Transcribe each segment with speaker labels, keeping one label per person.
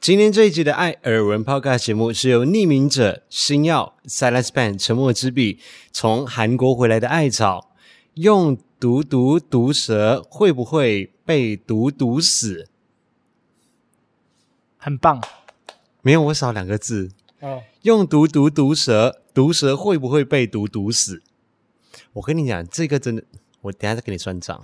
Speaker 1: 今天这一集的《爱耳闻 Podcast》节目是由匿名者星耀 Silence Band 沉默之笔从韩国回来的艾草用毒毒毒蛇会不会被毒毒死？
Speaker 2: 很棒
Speaker 1: 没有，我少两个字。
Speaker 2: 哦，
Speaker 1: 用毒毒毒蛇，毒蛇会不会被毒毒死？我跟你讲，这个真的，我等一下再跟你算账。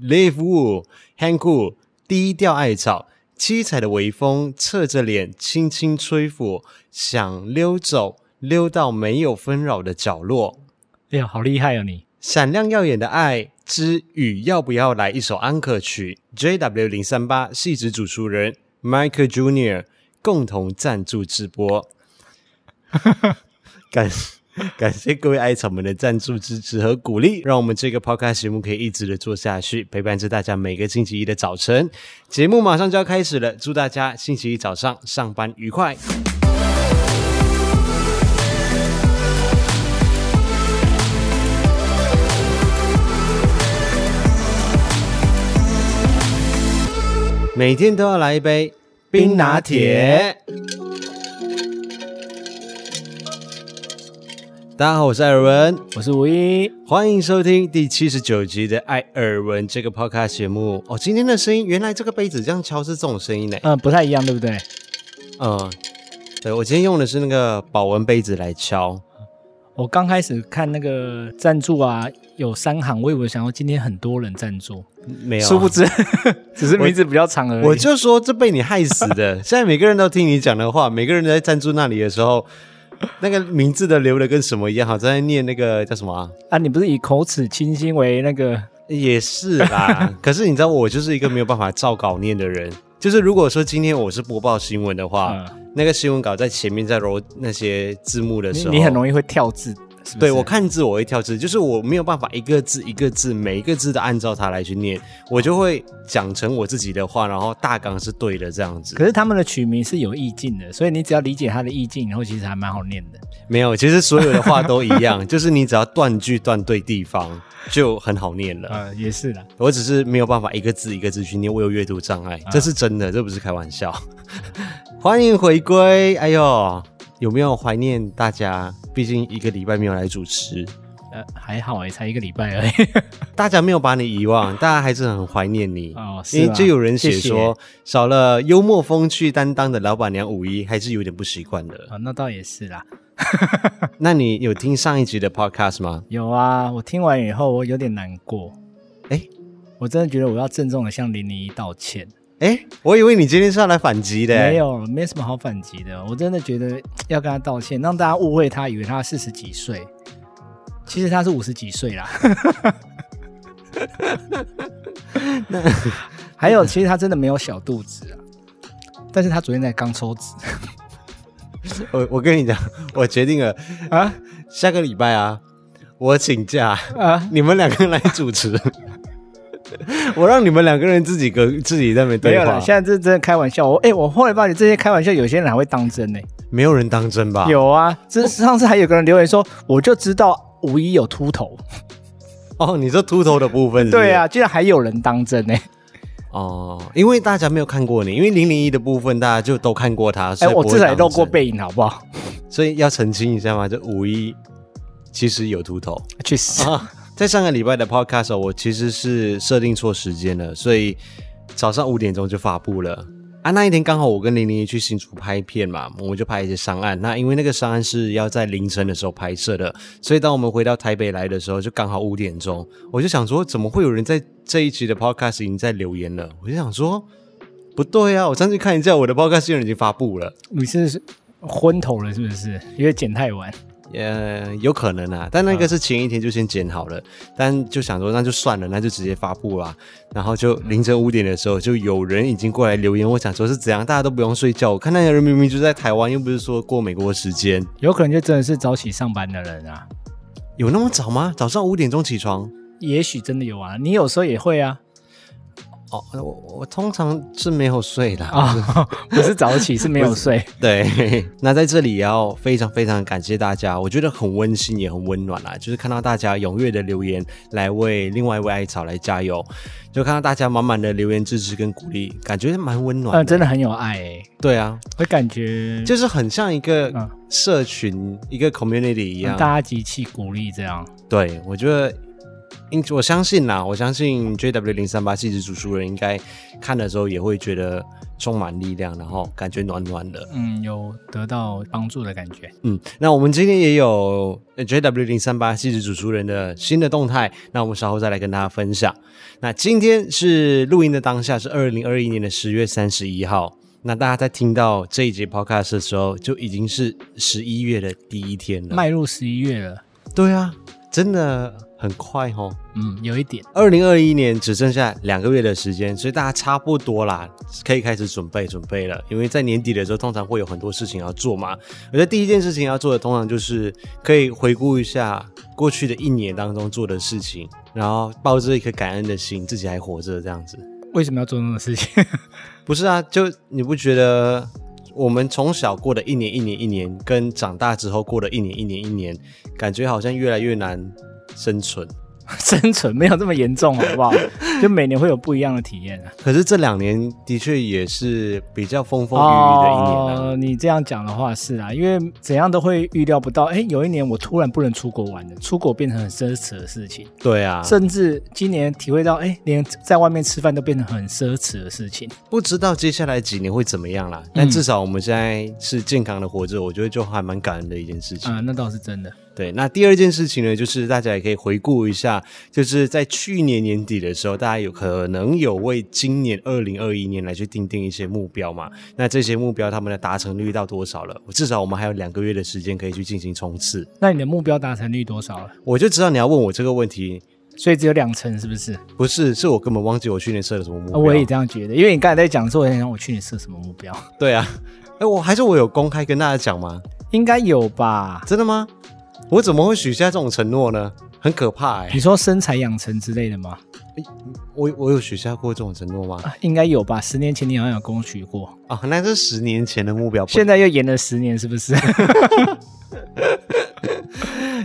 Speaker 1: Live Wu Hanku 低调艾草，七彩的微风侧着脸轻轻吹拂，想溜走，溜到没有纷扰的角落。
Speaker 2: 哎呀，好厉害哦你！
Speaker 1: 闪亮耀眼的爱之与要不要来一首安可曲？JW 零三八戏子主持人 Michael Junior 共同赞助直播，感 感谢各位爱草们的赞助支持和鼓励，让我们这个 podcast 节目可以一直的做下去，陪伴着大家每个星期一的早晨。节目马上就要开始了，祝大家星期一早上上班愉快。每天都要来一杯冰拿铁。大家好，我是艾尔文，
Speaker 2: 我是吴一，
Speaker 1: 欢迎收听第七十九集的《艾尔文》这个 podcast 节目。哦，今天的声音，原来这个杯子这样敲是这种声音呢。
Speaker 2: 嗯，不太一样，对不对？
Speaker 1: 嗯，对我今天用的是那个保温杯子来敲。
Speaker 2: 我刚开始看那个赞助啊，有三行，我以为想要今天很多人赞助，
Speaker 1: 没有啊，
Speaker 2: 殊不 知只是名字比较长而已。
Speaker 1: 我就说这被你害死 的。现在每个人都听你讲的话，每个人都在赞助那里的时候，那个名字的留的跟什么一样，好像在念那个叫什么啊、
Speaker 2: 啊，你不是以口齿清新为那个
Speaker 1: 也是啦， 可是你知道我就是一个没有办法照稿念的人，就是如果说今天我是播报新闻的话，
Speaker 2: 嗯
Speaker 1: 那个新闻稿在前面在揉那些字幕的
Speaker 2: 你
Speaker 1: 时候，
Speaker 2: 你很容易会跳字，是不是
Speaker 1: 对我看字我会跳字，就是我没有办法一个字一个字每一个字的按照它来去念，我就会讲成我自己的话，然后大纲是对的这样子。
Speaker 2: 可是他们的取名是有意境的，所以你只要理解它的意境，然后其实还蛮好念的。
Speaker 1: 没有，其实所有的话都一 样，就是你只要断句断对地方就很好念了。
Speaker 2: 呃，也是啦，
Speaker 1: 我只是没有办法一个字一个字去念，我有阅读障
Speaker 2: 啊
Speaker 1: 碍，这是真的，这不是开玩笑。 欢迎回归，哎呦，有没有怀念大家？毕竟一个礼拜没有来主持，
Speaker 2: 呃，还好哎、才一个礼拜而已。
Speaker 1: 大家没有把你遗忘，大家还是很怀念你。
Speaker 2: 哦，是
Speaker 1: 因为
Speaker 2: 吗
Speaker 1: 就有人写
Speaker 2: 谢谢
Speaker 1: 说，少了幽默风趣担当的老板娘五一，还是有点不习惯的。
Speaker 2: 哦，那倒也是啦。
Speaker 1: 那你有听上一集的 podcast 吗？
Speaker 2: 有啊，我听完以后我有点难过。
Speaker 1: 诶
Speaker 2: 我真的觉得我要郑重的向零零一道歉。
Speaker 1: 哎，我以为你今天是要来反击的。
Speaker 2: 没，有，没什么好反击的。我真的觉得要跟他道歉，让大家误会他，以为他四十几岁，其实他是五十几岁啦。还有，其实他真的没有小肚子啊，但是他昨天才刚抽脂
Speaker 1: 我我跟你讲， 我决定了，
Speaker 2: 啊
Speaker 1: 下个礼拜啊，我请假。
Speaker 2: 啊！
Speaker 1: 你们两个人来主持， 我让你们两个人自己跟自己在那边
Speaker 2: 没
Speaker 1: 对
Speaker 2: 有
Speaker 1: 话
Speaker 2: 了，，现在这真的开玩笑。我哎、我后来发觉这些开玩笑，有些人还会当真呢、
Speaker 1: 没有人当真吧？
Speaker 2: 有啊，这上次还有个人留言说，我就知道五一有秃头。
Speaker 1: 哦，你说秃头的部分是不是
Speaker 2: 对，啊，居然还有人当真呢、
Speaker 1: 哦，因为大家没有看过你，因为零零一的部分大家就都看过他，
Speaker 2: 哎、
Speaker 1: 所以
Speaker 2: 我
Speaker 1: 不会
Speaker 2: 至少也
Speaker 1: 当
Speaker 2: 露过
Speaker 1: 真，
Speaker 2: 背影，好不好？
Speaker 1: 所以要澄清一下嘛，这五一其实有秃头。
Speaker 2: 去死！
Speaker 1: 啊， 在上个礼拜的 podcast，哦我其实是设定错时间了，所以早上五点钟就发布了。啊，那一天刚好我跟零零一去新竹拍片嘛，我们就拍一些商案。那因为那个商案是要在凌晨的时候拍摄的，所以当我们回到台北来的时候，就刚好五点钟。我就想说，怎么会有人在这一期的 podcast 已经在留言了？我就想说，不对啊，我上去看一下，我的 podcast 竟然已经发布了。
Speaker 2: 你是昏头了是不是？因为剪太晚，
Speaker 1: 呃，有可能啊，但那个是前一天就先剪好了，但就想说那就算了，那就直接发布啦。然后就凌晨五点的时候，就有人已经过来留言，我想说是怎样，大家都不用睡觉。我看那些人明明就在台湾，又不是说过美国时间，
Speaker 2: 有可能就真的是早起上班的人啊。
Speaker 1: 有那么早吗？早上五点钟起床？
Speaker 2: 也许真的有啊，你有时候也会啊。
Speaker 1: 哦，我我通常是没有睡啦。
Speaker 2: 啊， 不是早 起，是没有睡。
Speaker 1: 对， 那在这里也要非常非常感谢大家，我觉得很温馨也很温暖啦，啊就是看到大家踊跃的留言来为另外一位艾草来加油，就看到大家满满的留言支持跟鼓励，感觉蛮温暖
Speaker 2: 嗯，
Speaker 1: 的。
Speaker 2: 真的很有爱诶、
Speaker 1: 对啊，
Speaker 2: 我感觉
Speaker 1: 就是很像一个
Speaker 2: 嗯
Speaker 1: 社群、一个 community 一样
Speaker 2: 大。家集气鼓励这样。
Speaker 1: 对，我觉得，因我相信啦，我相信 JW 零三八气质主书人应该看的时候也会觉得充满力量，然后感觉暖暖的。
Speaker 2: 嗯，有得到帮助的感觉。
Speaker 1: 嗯，那我们今天也有呃 JW 零三八气质主持人的新的动态，那我们稍后再来跟大家分享。那今天是录音的当下是二零二一年的十月三十一号，那大家在听到这一节 podcast 的时候，就已经是十一月的第一天了。
Speaker 2: 迈入十一月了，
Speaker 1: 对啊，真的很快哦。
Speaker 2: 嗯，有一点。
Speaker 1: 二零二一年只剩下两个月的时间，所以大家差不多啦，可以开始准备准备了。因为在年底的时候，通常会有很多事情要做嘛。我觉得第一件事情要做的，通常就是可以回顾一下过去的一年当中做的事情，然后抱着一颗感恩的心，自己还活着这样子。
Speaker 2: 为什么要做这种事情？
Speaker 1: 不是啊，就你不觉得我们从小过的一年一年一年，跟长大之后过的一年一年一年，感觉好像越来越难生存。
Speaker 2: 生存没有这么严重，好 不好？就每年会有不一样的体验啊。
Speaker 1: 可是这两年的确也是比较风风雨雨的一年啊。
Speaker 2: 哦，你这样讲的话是啊，因为怎样都会预料不到。哎，有一年我突然不能出国玩了，出国变成很奢侈的事情，
Speaker 1: 对啊，
Speaker 2: 甚至今年体会到，哎，连在外面吃饭都变成很奢侈的事情。
Speaker 1: 不知道接下来几年会怎么样啦。但至少我们现在是健康的活着，我觉得就还蛮感恩的一件事情。
Speaker 2: 啊、那倒是真的。
Speaker 1: 对，那第二件事情呢，就是大家也可以回顾一下，就是在去年年底的时候，大家有可能有为今年二零二一年来去定定一些目标嘛？那这些目标他们的达成率到多少了？至少我们还有两个月的时间可以去进行冲刺。
Speaker 2: 那你的目标达成率多少了？
Speaker 1: 我就知道你要问我这个问题，
Speaker 2: 所以只有两成，是不是？
Speaker 1: 不是，是我根本忘记我去年设了什么目
Speaker 2: 啊
Speaker 1: 标。
Speaker 2: 我也这样觉得，因为你刚才在讲的时候，我在想我去年设什么目标，
Speaker 1: 对啊，哎，我还是我有公开跟大家讲吗？
Speaker 2: 应该有吧？
Speaker 1: 真的吗？我怎么会许下这种承诺呢？很可怕哎、
Speaker 2: 你说身材养成之类的吗？
Speaker 1: 我我有许下过这种承诺吗？
Speaker 2: 啊应该有吧？十年前你好像有跟我许过，
Speaker 1: 啊，那是十年前的目标。
Speaker 2: 现在又延了十年，是不是？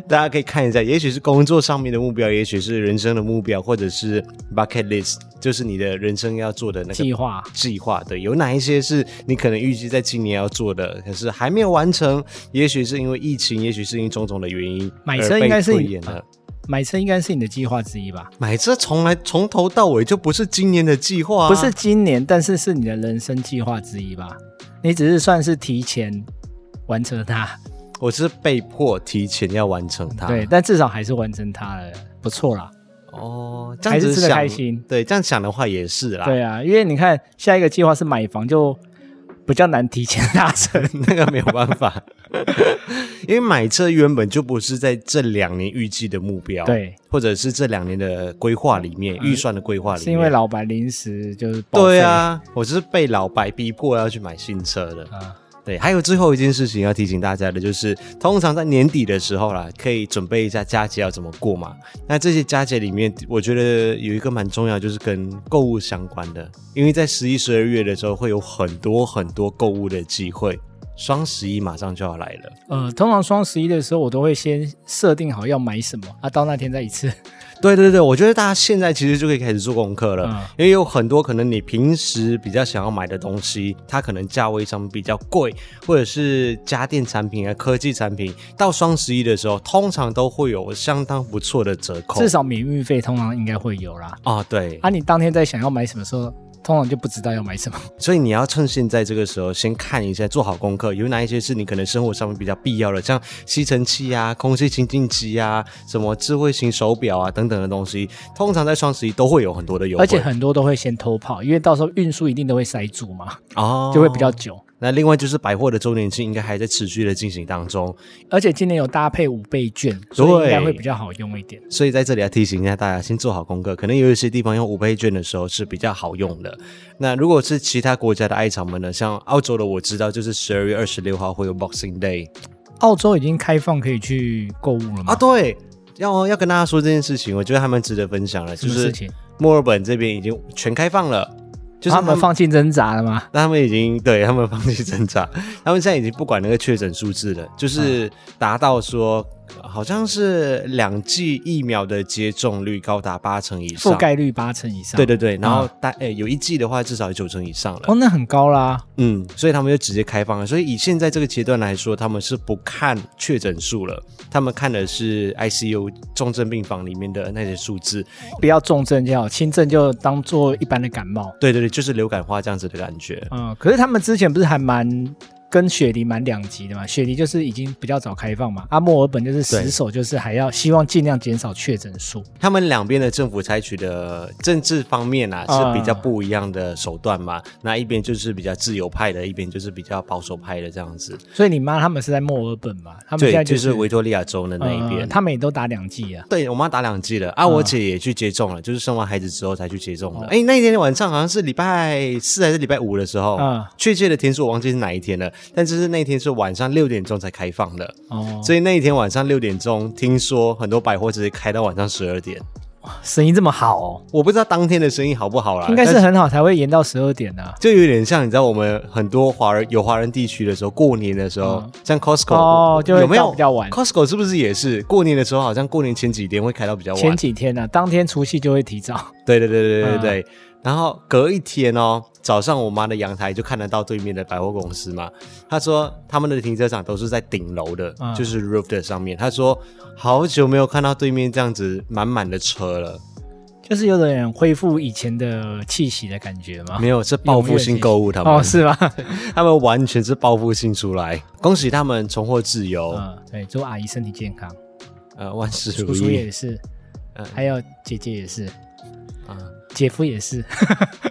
Speaker 1: 大家可以看一下，也许是工作上面的目标，也许是人生的目标，或者是 bucket list，就是你的人生要做的那
Speaker 2: 计
Speaker 1: 个
Speaker 2: 划
Speaker 1: 计划。对，有哪一些是你可能预计在今年要做的，可是还没有完成？也许是因为疫情，也许是因为种种的原因，
Speaker 2: 买车应该是
Speaker 1: 而被推延了。
Speaker 2: 买车应该是你的计划之一吧？
Speaker 1: 买车从来从头到尾就不是今年的计划、啊，
Speaker 2: 不是今年，但是是你的人生计划之一吧？你只是算是提前完成它，
Speaker 1: 我是被迫提前要完成它。
Speaker 2: 对，，但至少还是完成它了，不错啦。
Speaker 1: 哦，这样子
Speaker 2: 还是吃得
Speaker 1: 想
Speaker 2: 开心
Speaker 1: 对，这样想的话也是啦。，
Speaker 2: 对啊，因为你看下一个计划是买房，就比较难提前达成。
Speaker 1: 那个没有办法， 因为买车原本就不是在这两年预计的目标，，
Speaker 2: 对，嗯
Speaker 1: 或者是这两年的规划里面，预算的规划里面，
Speaker 2: 是因为老白临时就是报
Speaker 1: 对
Speaker 2: 废
Speaker 1: 啊，我是被老白逼迫要去买新车的。
Speaker 2: 啊，
Speaker 1: 对，还有最后一件事情要提醒大家的就是，通常在年底的时候啦，可以准备一下佳节要怎么过嘛。那这些佳节里面，我觉得有一个蛮重要，就是跟购物相关的，因为在十一、十二月的时候会有很多很多购物的机会，双十一马上就要来了。
Speaker 2: 呃，通常双十一的时候，我都会先设定好要买什么啊，到那天再一次。
Speaker 1: 对对对，我觉得大家现在其实就可以开始做功课了，
Speaker 2: 嗯
Speaker 1: 因为有很多可能你平时比较想要买的东西，它可能价位上面比较贵，或者是家电产品啊、科技产品，到双十一的时候，通常都会有相当不错的折扣。
Speaker 2: 至少免运费通常应该会有啦。
Speaker 1: 啊、对，
Speaker 2: 啊，你当天在想要买什么时候，通常就不知道要买什么。
Speaker 1: 所以你要趁现在这个时候先看一下，做好功课，有哪一些是你可能生活上面比较必要的，像吸尘器啊、空气清净机啊、什么智慧型手表啊等等的东西，通常在双十一都会有很多的优惠，
Speaker 2: 而且很多都会先偷跑，因为到时候运输一定都会塞住嘛，
Speaker 1: 哦
Speaker 2: 就会比较久。
Speaker 1: 那另外就是百货的周年庆应该还在持续的进行当中，
Speaker 2: 而且今年有搭配五倍券，所以应该
Speaker 1: 对
Speaker 2: 会比较好用一点。
Speaker 1: 所以在这里要提醒一下大家，先做好功课。可能有一些地方用五倍券的时候是比较好用的。那如果是其他国家的爱草们呢，像澳洲的我知道就是十二月二十六号会有 Boxing Day 啊
Speaker 2: 澳洲已经开放可以去购物了吗？
Speaker 1: 啊，对，要要跟大家说这件事情，我觉得还蛮值得分享的，就
Speaker 2: 什么事
Speaker 1: 是
Speaker 2: 情？
Speaker 1: 墨尔本这边已经全开放了，就是
Speaker 2: 啊他们放弃挣扎了吗？
Speaker 1: 那他们已经对他们放弃挣扎， 他们现在已经不管那个确诊数字了，
Speaker 2: 嗯
Speaker 1: 就是达到说好像是两剂疫苗的接种率高达八成以上，
Speaker 2: 覆盖率八成以上。
Speaker 1: 啊
Speaker 2: 嗯
Speaker 1: 对对对，然后大诶、有一剂的话至少有九成以上了，
Speaker 2: 哦，那很高啦。
Speaker 1: 嗯，所以他们就直接开放了。所以以现在这个阶段来说，他们是不看确诊数了，他们看的是 ICU 重症病房里面的那些数字。
Speaker 2: 不要重症就好，轻症就当做一般的感冒。
Speaker 1: 对对对，就是流感化这样子的感觉。
Speaker 2: 嗯，可是他们之前不是还蛮跟雪梨蛮两极的嘛？雪梨就是已经比较早开放嘛，啊，墨尔本就是
Speaker 1: 对
Speaker 2: 死守，就是还要希望尽量减少确诊数。
Speaker 1: 他们两边的政府采取的政治方面啊
Speaker 2: 啊
Speaker 1: 是比较不一样的手段嘛，那一边就是比较自由派的，一边就是比较保守派的这样子。
Speaker 2: 所以你妈他们是在墨尔本嘛？他们现
Speaker 1: 对，
Speaker 2: 在
Speaker 1: 就是是维多利亚州的那一边。
Speaker 2: 呃他们也都打两剂啊。
Speaker 1: 对我妈打两剂了啊，我姐也去接种了，就是生完孩子之后才去接种
Speaker 2: 啊
Speaker 1: 的。哎、那一天晚上好像是礼拜四还是礼拜五的时候，
Speaker 2: 嗯
Speaker 1: 确切的天数我忘记是哪一天了，但就是那一天是晚上六点钟才开放的，
Speaker 2: 哦，
Speaker 1: 所以那一天晚上六点钟，听说很多百货直接开到晚上十二点。
Speaker 2: 生意这么好哦，
Speaker 1: 我不知道当天的生意好不好啦，
Speaker 2: 应该
Speaker 1: 但
Speaker 2: 是很好才会延到十二点呢、啊。
Speaker 1: 就有点像你知道我们很多华人有华人地区的时候，过年的时候，像 Costco
Speaker 2: 嗯哦就会
Speaker 1: 有没有
Speaker 2: 到比较晚
Speaker 1: ？Costco 是不是也是过年的时候，好像过年前几天会开到比较晚？
Speaker 2: 前几天呢、啊，当天除夕就会提早。
Speaker 1: 对对对对对对。
Speaker 2: 嗯
Speaker 1: 然后隔一天哦，早上我妈的阳台就看得到对面的百货公司嘛。她说他们的停车场都是在顶楼的，
Speaker 2: 嗯
Speaker 1: 就是 roof 的上面。她说好久没有看到对面这样子满满的车了，
Speaker 2: 就是有点恢复以前的气息的感觉吗？
Speaker 1: 没有，是报复性购物他们。
Speaker 2: 哦，是吗？
Speaker 1: 他们完全是报复性出来，恭喜他们重获自由，
Speaker 2: 嗯，对，祝阿姨身体健康，
Speaker 1: 呃，万事如
Speaker 2: 叔
Speaker 1: 意。
Speaker 2: 叔也是
Speaker 1: 嗯，
Speaker 2: 还有姐姐也是，
Speaker 1: 啊
Speaker 2: 姐夫也是，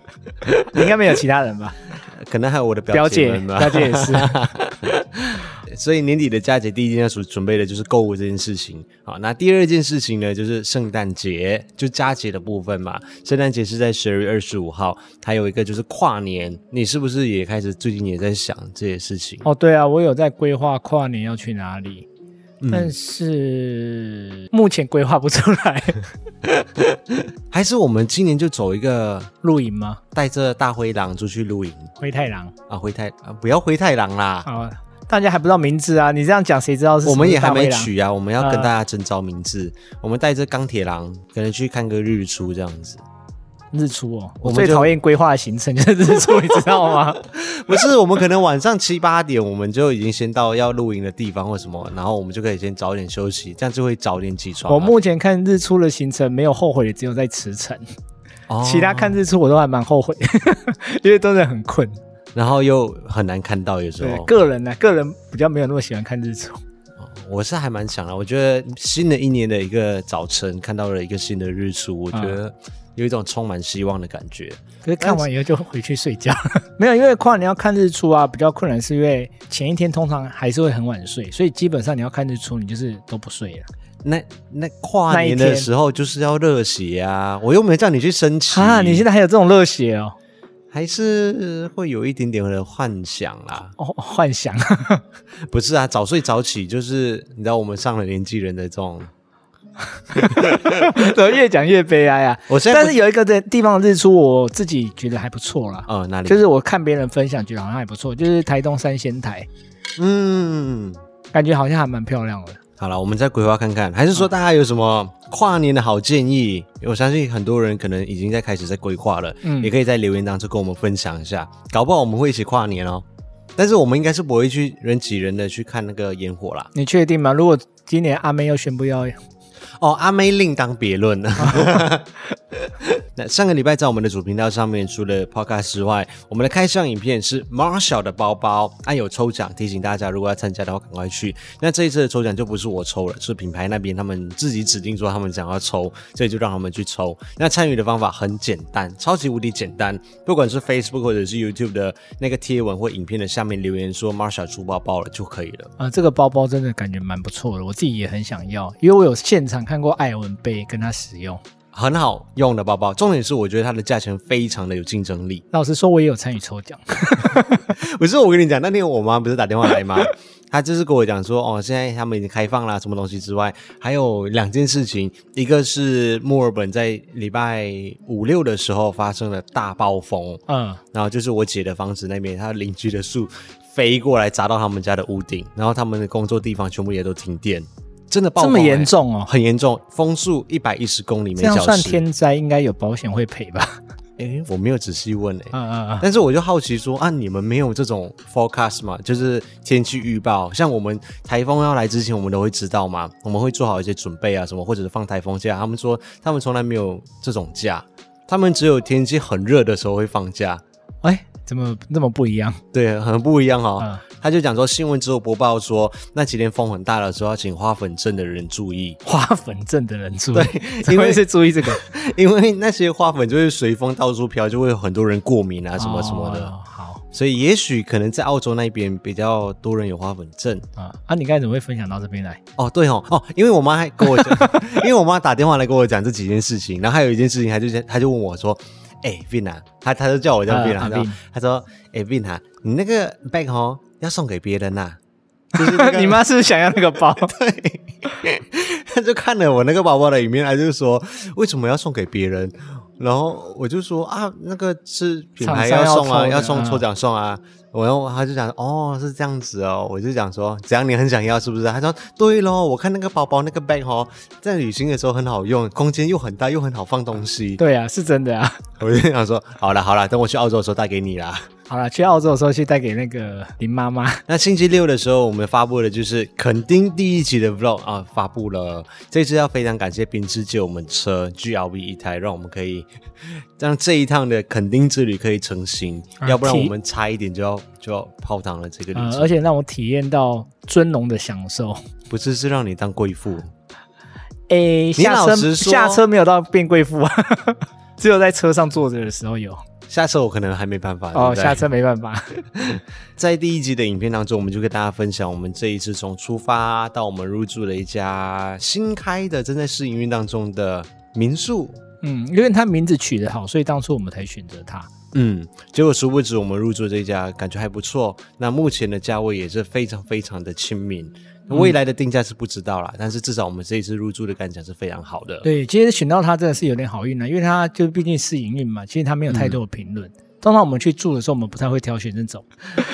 Speaker 2: 你应该没有其他人吧？
Speaker 1: 可能还有我的
Speaker 2: 表
Speaker 1: 姐
Speaker 2: 姐，
Speaker 1: 们吧。
Speaker 2: 表姐也是，
Speaker 1: 所以年底的佳节第一件要准准备的就是购物这件事情。好，那第二件事情呢，就是圣诞节，就佳节的部分嘛。圣诞节是在十二月二十五号，还有一个就是跨年，你是不是也开始最近也在想这些事情？
Speaker 2: 哦，对啊，我有在规划跨年要去哪里，
Speaker 1: 嗯
Speaker 2: 但是目前规划不出来。
Speaker 1: 还是我们今年就走一个
Speaker 2: 露营吗？
Speaker 1: 带着大灰狼出去露营
Speaker 2: 灰太狼
Speaker 1: 啊？灰太啊，不要灰太狼啦。
Speaker 2: 啊、大家还不知道名字啊，你这样讲谁知道是什么
Speaker 1: 我们也还没
Speaker 2: 大灰狼
Speaker 1: 取啊，我们要跟
Speaker 2: 呃
Speaker 1: 大家征招名字。我们带着钢铁狼，可能去看个日出这样子。
Speaker 2: 日出哦，
Speaker 1: 我
Speaker 2: 我
Speaker 1: 们
Speaker 2: 最
Speaker 1: 就啊
Speaker 2: 讨厌规划的行程就是日出，你知 道吗？
Speaker 1: 不是，我们可能晚上七八点，我们就已经先到要露营的地方或什么，然后我们就可以先早点休息，这样就会早点起床啊。
Speaker 2: 我目前看日出的行程没有后悔的，只有在驰骋，
Speaker 1: 哦
Speaker 2: 其他，看日出我都还蛮后悔， 因为真的很困。
Speaker 1: 然后又很难看到，有时
Speaker 2: 对，
Speaker 1: 候。
Speaker 2: 个人呢、啊个人比较没有那么喜欢看日出。
Speaker 1: 我是还蛮想的，我觉得新的一年的一个早晨看到了一个新的日出，我觉
Speaker 2: 嗯
Speaker 1: 得有一种充满希望的感觉。
Speaker 2: 可是看完以后就回去 睡觉，没有，因为跨年要看日出啊，比较困难，是因为前一天通常还是会很晚睡，所以基本上你要看日出，你就是都不睡了。
Speaker 1: 那那跨
Speaker 2: 那一
Speaker 1: 年的
Speaker 2: 天
Speaker 1: 时候就是要热血啊！我又没有叫你去升旗
Speaker 2: 啊，你现在还有这种热血哦，
Speaker 1: 还是会有一点点的幻想啦。
Speaker 2: 哦，幻想
Speaker 1: 不是啊，早睡早起就是你知道我们上了年纪人的这种。
Speaker 2: 怎么越讲越悲哀啊？
Speaker 1: 我现在
Speaker 2: 但
Speaker 1: 不
Speaker 2: 是有一个的地方的日出，我自己觉得还不错啦，
Speaker 1: 呃哪里？
Speaker 2: 就是我看别人分享，觉得好像还不错，就是台东三仙台，
Speaker 1: 嗯，
Speaker 2: 感觉好像还蛮漂亮的。
Speaker 1: 好了，我们再规划看看，还是说大家有什么跨年的好建议？我相信很多人可能已经在开始在规划了，
Speaker 2: 嗯
Speaker 1: 也可以在留言当中跟我们分享一下，搞不好我们会一起跨年哦。但是我们应该是不会去人挤人的去看那个烟火啦。
Speaker 2: 你确定吗？如果今年阿妹又宣布要，
Speaker 1: 哦，阿妹另当别论。那上个礼拜在我们的主频道上面，除了 podcast 之外，我们的开箱影片是 Marshall 的包包，按、有抽奖，提醒大家如果要参加的话，赶快去。那这一次的抽奖就不是我抽了，是品牌那边他们自己指定说他们想要抽，所以就让他们去抽。那参与的方法很简单，超级无敌简单，不管是 Facebook 或者是 YouTube 的那个贴文或影片的下面留言说 Marshall 出包包了就可以了。
Speaker 2: 呃，这个包包真的感觉蛮不错的，我自己也很想要，因为我有现场看过艾文贝跟他使用，
Speaker 1: 很好用的包包。重点是，我觉得它的价钱非常的有竞争力。
Speaker 2: 老实说，我也有参与抽 奖，
Speaker 1: 不是我跟你讲，那天我妈不是打电话来吗？ 她就是跟我讲说，哦，现在他们已经开放啦，什么东西之外，还有两件事情，一个是墨尔本在礼拜五六的时候发生了大暴风，
Speaker 2: 嗯，
Speaker 1: 然后就是我姐的房子那边，她邻居的树飞过来砸到他们家的屋顶，然后他们的工作地方全部也都停电，真的暴
Speaker 2: 这
Speaker 1: 风、
Speaker 2: 么
Speaker 1: 欸
Speaker 2: 严，重哦。
Speaker 1: 很严重，风速一百一十公里每
Speaker 2: 这样
Speaker 1: 小
Speaker 2: 算
Speaker 1: 时。
Speaker 2: 天灾，应该有保险会赔吧？
Speaker 1: 诶，我没有仔细问诶、欸
Speaker 2: 嗯嗯嗯，
Speaker 1: 但是我就好奇说啊，你们没有这种 forecast 嘛？就是天气预报，像我们台风要来之前，我们都会知道嘛，我们会做好一些准备啊，什么或者是放台风假。他们说他们从来没有这种假，他们只有天气很热的时候会放假。
Speaker 2: 哎，怎么那么不一样？
Speaker 1: 对，很不一样哦。
Speaker 2: 嗯
Speaker 1: 他就讲说，新闻只有播报说那几天风很大的时候，要请花粉症的人注意，
Speaker 2: 花粉症的人注意， 怎
Speaker 1: 因
Speaker 2: 么
Speaker 1: 为
Speaker 2: 会是哦注意这个
Speaker 1: 因为那些花粉就会随风到处飘，就会有很多人过敏啊，什么什么的。
Speaker 2: 哦好
Speaker 1: 所以也许可能在澳洲那边比较多人有花粉症。
Speaker 2: 啊啊！你刚才怎么会分享到这 边来？
Speaker 1: 哦，对哦，哦，因为我妈还跟我讲， 因为我妈打电话来跟我讲这几件事情，然后还有一件事情，她就她就问我说：“哎、v i n 啊，她她就叫我叫
Speaker 2: 呃
Speaker 1: Vin 啊
Speaker 2: 啊，
Speaker 1: 然后
Speaker 2: Vin
Speaker 1: 她说：‘哎、v i n 啊，你那个 bag 哦，要送给别人呐、 就是那个
Speaker 2: 你妈是不是想要那个 包？
Speaker 1: 啊他 就看了我那个包包的里面，他就说为什么要送给别人？然后我就说啊，那个是品牌
Speaker 2: 厂商要
Speaker 1: 送啊，
Speaker 2: 抽的
Speaker 1: 要送
Speaker 2: 嗯
Speaker 1: 抽奖送啊。然后他就讲哦，是这样子哦。我就讲说，怎样你很想要是不是？他说对咯，我看那个包包那个 bag 哦，在旅行的时候很好用，空间又很大，又很好放东西。
Speaker 2: 对啊，是真的啊。
Speaker 1: 我就想说，好啦好啦，等我去澳洲的时候带给你啦。
Speaker 2: 好了，去澳洲的时候去带给那个林妈妈。
Speaker 1: 那星期六的时候，我们发布的就是垦丁第一集的 vlog 啊，发布了。这次要非常感谢宾士借我们车 GLV 一台，让我们可以让这一趟的垦丁之旅可以成型，
Speaker 2: 啊
Speaker 1: 要不然
Speaker 2: 体
Speaker 1: 我们差一点就要就要泡汤了。这个旅
Speaker 2: 呃，
Speaker 1: 程、
Speaker 2: 而且让我体验到尊龙的享受。
Speaker 1: 不是是让你当贵妇，
Speaker 2: 诶，下
Speaker 1: 老
Speaker 2: 车
Speaker 1: 实说
Speaker 2: 下车没有到变贵妇啊， 只有在车上坐着的时候有。
Speaker 1: 下车我可能还没办法
Speaker 2: 哦，
Speaker 1: 对不对
Speaker 2: 下车没办法。
Speaker 1: 在第一集的影片当中，我们就跟大家分享我们这一次从出发到我们入住了一家新开的正在试营运当中的民宿。
Speaker 2: 嗯，因为它名字取得好，所以当初我们才选择它。
Speaker 1: 嗯，结果殊不知我们入住这家感觉还不错，那目前的价位也是非常非常的亲民。未来的定价是不知道啦，但是至少我们这一次入住的感想是非常好的。
Speaker 2: 对，其实选到它真的是有点好运了、因为它就毕竟是营运嘛，其实它没有太多的评论。通常我们去住的时候，我们不太会挑选这种。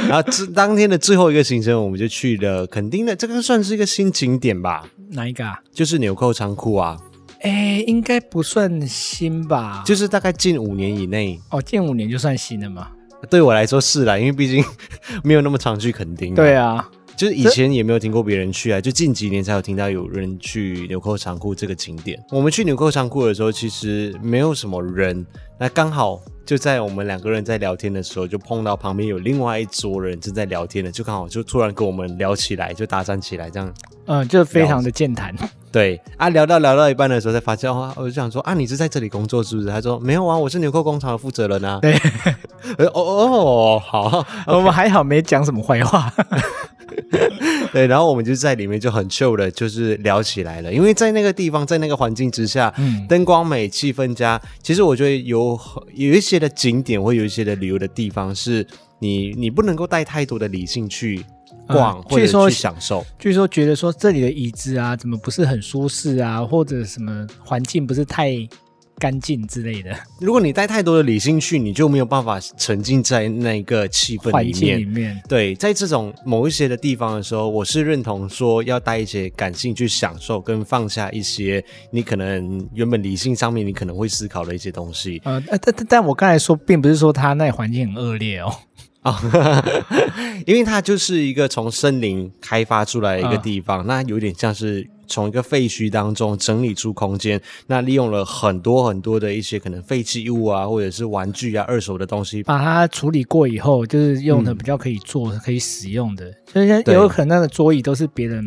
Speaker 1: 然后这当天的最后一个行程，我们就去了垦丁的，这个算是一个新景点吧，
Speaker 2: 哪一个啊？
Speaker 1: 就是纽扣仓库啊，
Speaker 2: 哎，应该不算新吧？
Speaker 1: 就是大概近五年以内，
Speaker 2: 哦，近五年就算新了嘛。
Speaker 1: 对我来说是啦，因为毕竟 没有那么常去垦丁。
Speaker 2: 对，啊，
Speaker 1: 就是以前也没有听过别人去啊，就近几年才有听到有人去纽扣仓库这个景点。我们去纽扣仓库的时候，其实没有什么人，那刚好就在我们两个人在聊天的时候，就碰到旁边有另外一桌人正在聊天的，就刚好就突然跟我们聊起来，就搭讪起来这样。
Speaker 2: 嗯，就非常的健谈。
Speaker 1: 对啊，聊到聊到一半的时候才发现，哦，我就想说啊，你是在这里工作是不是？他说没有啊，我是纽扣工厂的负责人啊。
Speaker 2: 对，
Speaker 1: 呃 哦哦，好，
Speaker 2: 我们还好没讲什么坏话。
Speaker 1: 对，然后我们就在里面就很 chill 的，就是聊起来了。因为在那个地方，在那个环境之下，
Speaker 2: 嗯
Speaker 1: 灯光美，气氛佳。其实我觉得有有一些的景点或有一些的旅游的地方，是你你不能够带太多的理性去逛、
Speaker 2: 嗯
Speaker 1: 或者
Speaker 2: 据说
Speaker 1: 去享受。
Speaker 2: 据说觉得说这里的椅子啊，怎么不是很舒适啊，或者什么环境不是太干净之类的
Speaker 1: 如果你带太多的理性去，你就没有办法沉浸在那个气氛
Speaker 2: 环
Speaker 1: 里
Speaker 2: 境里
Speaker 1: 面。
Speaker 2: 面，
Speaker 1: 对，在这种某一些的地方的时候，我是认同说要带一些感性去享受，跟放下一些你可能原本理性上面你可能会思考的一些东西
Speaker 2: 呃， 但但但我刚才说，并不是说它那环境很恶劣哦。
Speaker 1: 啊、 因为它就是一个从森林开发出来的一
Speaker 2: 嗯
Speaker 1: 个地方，那有点像是从一个废墟当中整理出空间，那利用了很多很多的一些可能废弃物啊，或者是玩具啊、二手的东西。
Speaker 2: 把它处理过以后，就是用的比较可以做、可以使用的，就是
Speaker 1: 嗯对
Speaker 2: 有可能那个桌椅都是别人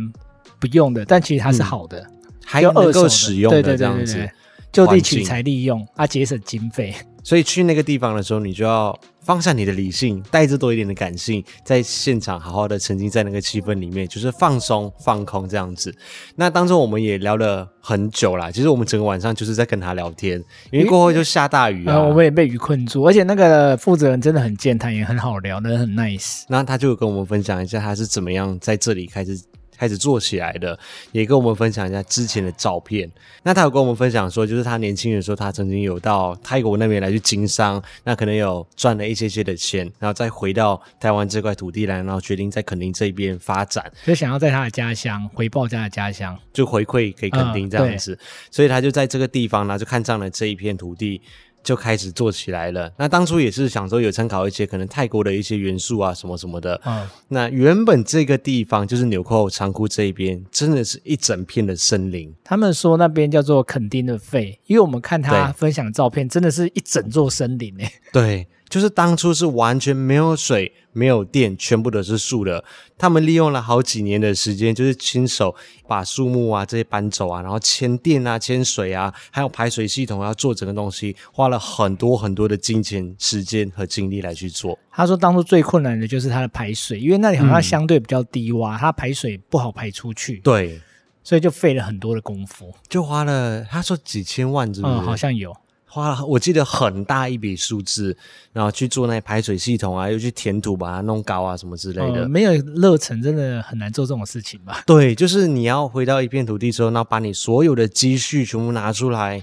Speaker 2: 不用的，但其实它是好的，
Speaker 1: 嗯还
Speaker 2: 就
Speaker 1: 能
Speaker 2: 二手
Speaker 1: 够
Speaker 2: 的
Speaker 1: 使用
Speaker 2: 对
Speaker 1: 的这
Speaker 2: 对对
Speaker 1: 样
Speaker 2: 对
Speaker 1: 子
Speaker 2: 对，就地
Speaker 1: 环境
Speaker 2: 取材利用啊，节省经费。
Speaker 1: 所以去那个地方的时候，你就要放下你的理性，带着多一点的感性，在现场好好的沉浸在那个气氛里面，就是放松、放空这样子。那当中我们也聊了很久啦，其实我们整个晚上就是在跟他聊天，因为过后就下大雨啊，
Speaker 2: 呃，我们也被雨困住，而且那个负责人真的很健谈，也很好聊，人很 nice。
Speaker 1: 那他就跟我们分享一下他是怎么样在这里开始开始做起来的，也跟我们分享一下之前的照片。那他有跟我们分享说，就是他年轻的时候，他曾经有到泰国那边来去经商，那可能有赚了一些些的钱，然后再回到台湾这块土地来，然后决定在垦丁这边发展，
Speaker 2: 就想要在他的家乡回报他的家乡，
Speaker 1: 就回馈给垦丁
Speaker 2: 嗯
Speaker 1: 这样子。所以他就在这个地方呢，就看上了这一片土地。就开始做起来了。那当初也是想说有参考一些可能泰国的一些元素啊，什么什么的，
Speaker 2: 嗯，
Speaker 1: 那原本这个地方就是纽扣仓库这一边，真的是一整片的森林，
Speaker 2: 他们说那边叫做垦丁的肺，因为我们看他
Speaker 1: 对
Speaker 2: 分享的照片，真的是一整座森林欸诶。
Speaker 1: 对，就是当初是完全没有水、没有电，全部都是树的。他们利用了好几年的时间，就是亲手把树木啊这些搬走啊，然后牵电啊、牵水啊，还有排水系统要做整个东西，花了很多很多的金钱、时间和精力来去做。
Speaker 2: 他说当初最困难的就是它的排水，因为那里
Speaker 1: 嗯
Speaker 2: 好像相对比较低洼，它排水不好排出去，
Speaker 1: 对，
Speaker 2: 所以就费了很多的功夫。
Speaker 1: 就花了他说几千万，是不是？
Speaker 2: 嗯，好像有。
Speaker 1: 花了我记得很大一笔数字，然后去做那排水系统啊，又去填土把它弄高啊，什么之类的。
Speaker 2: 呃，没有热忱真的很难做这种事情 吧？
Speaker 1: 对，就是你要回到一片土地之后，那把你所有的积蓄全部拿出来。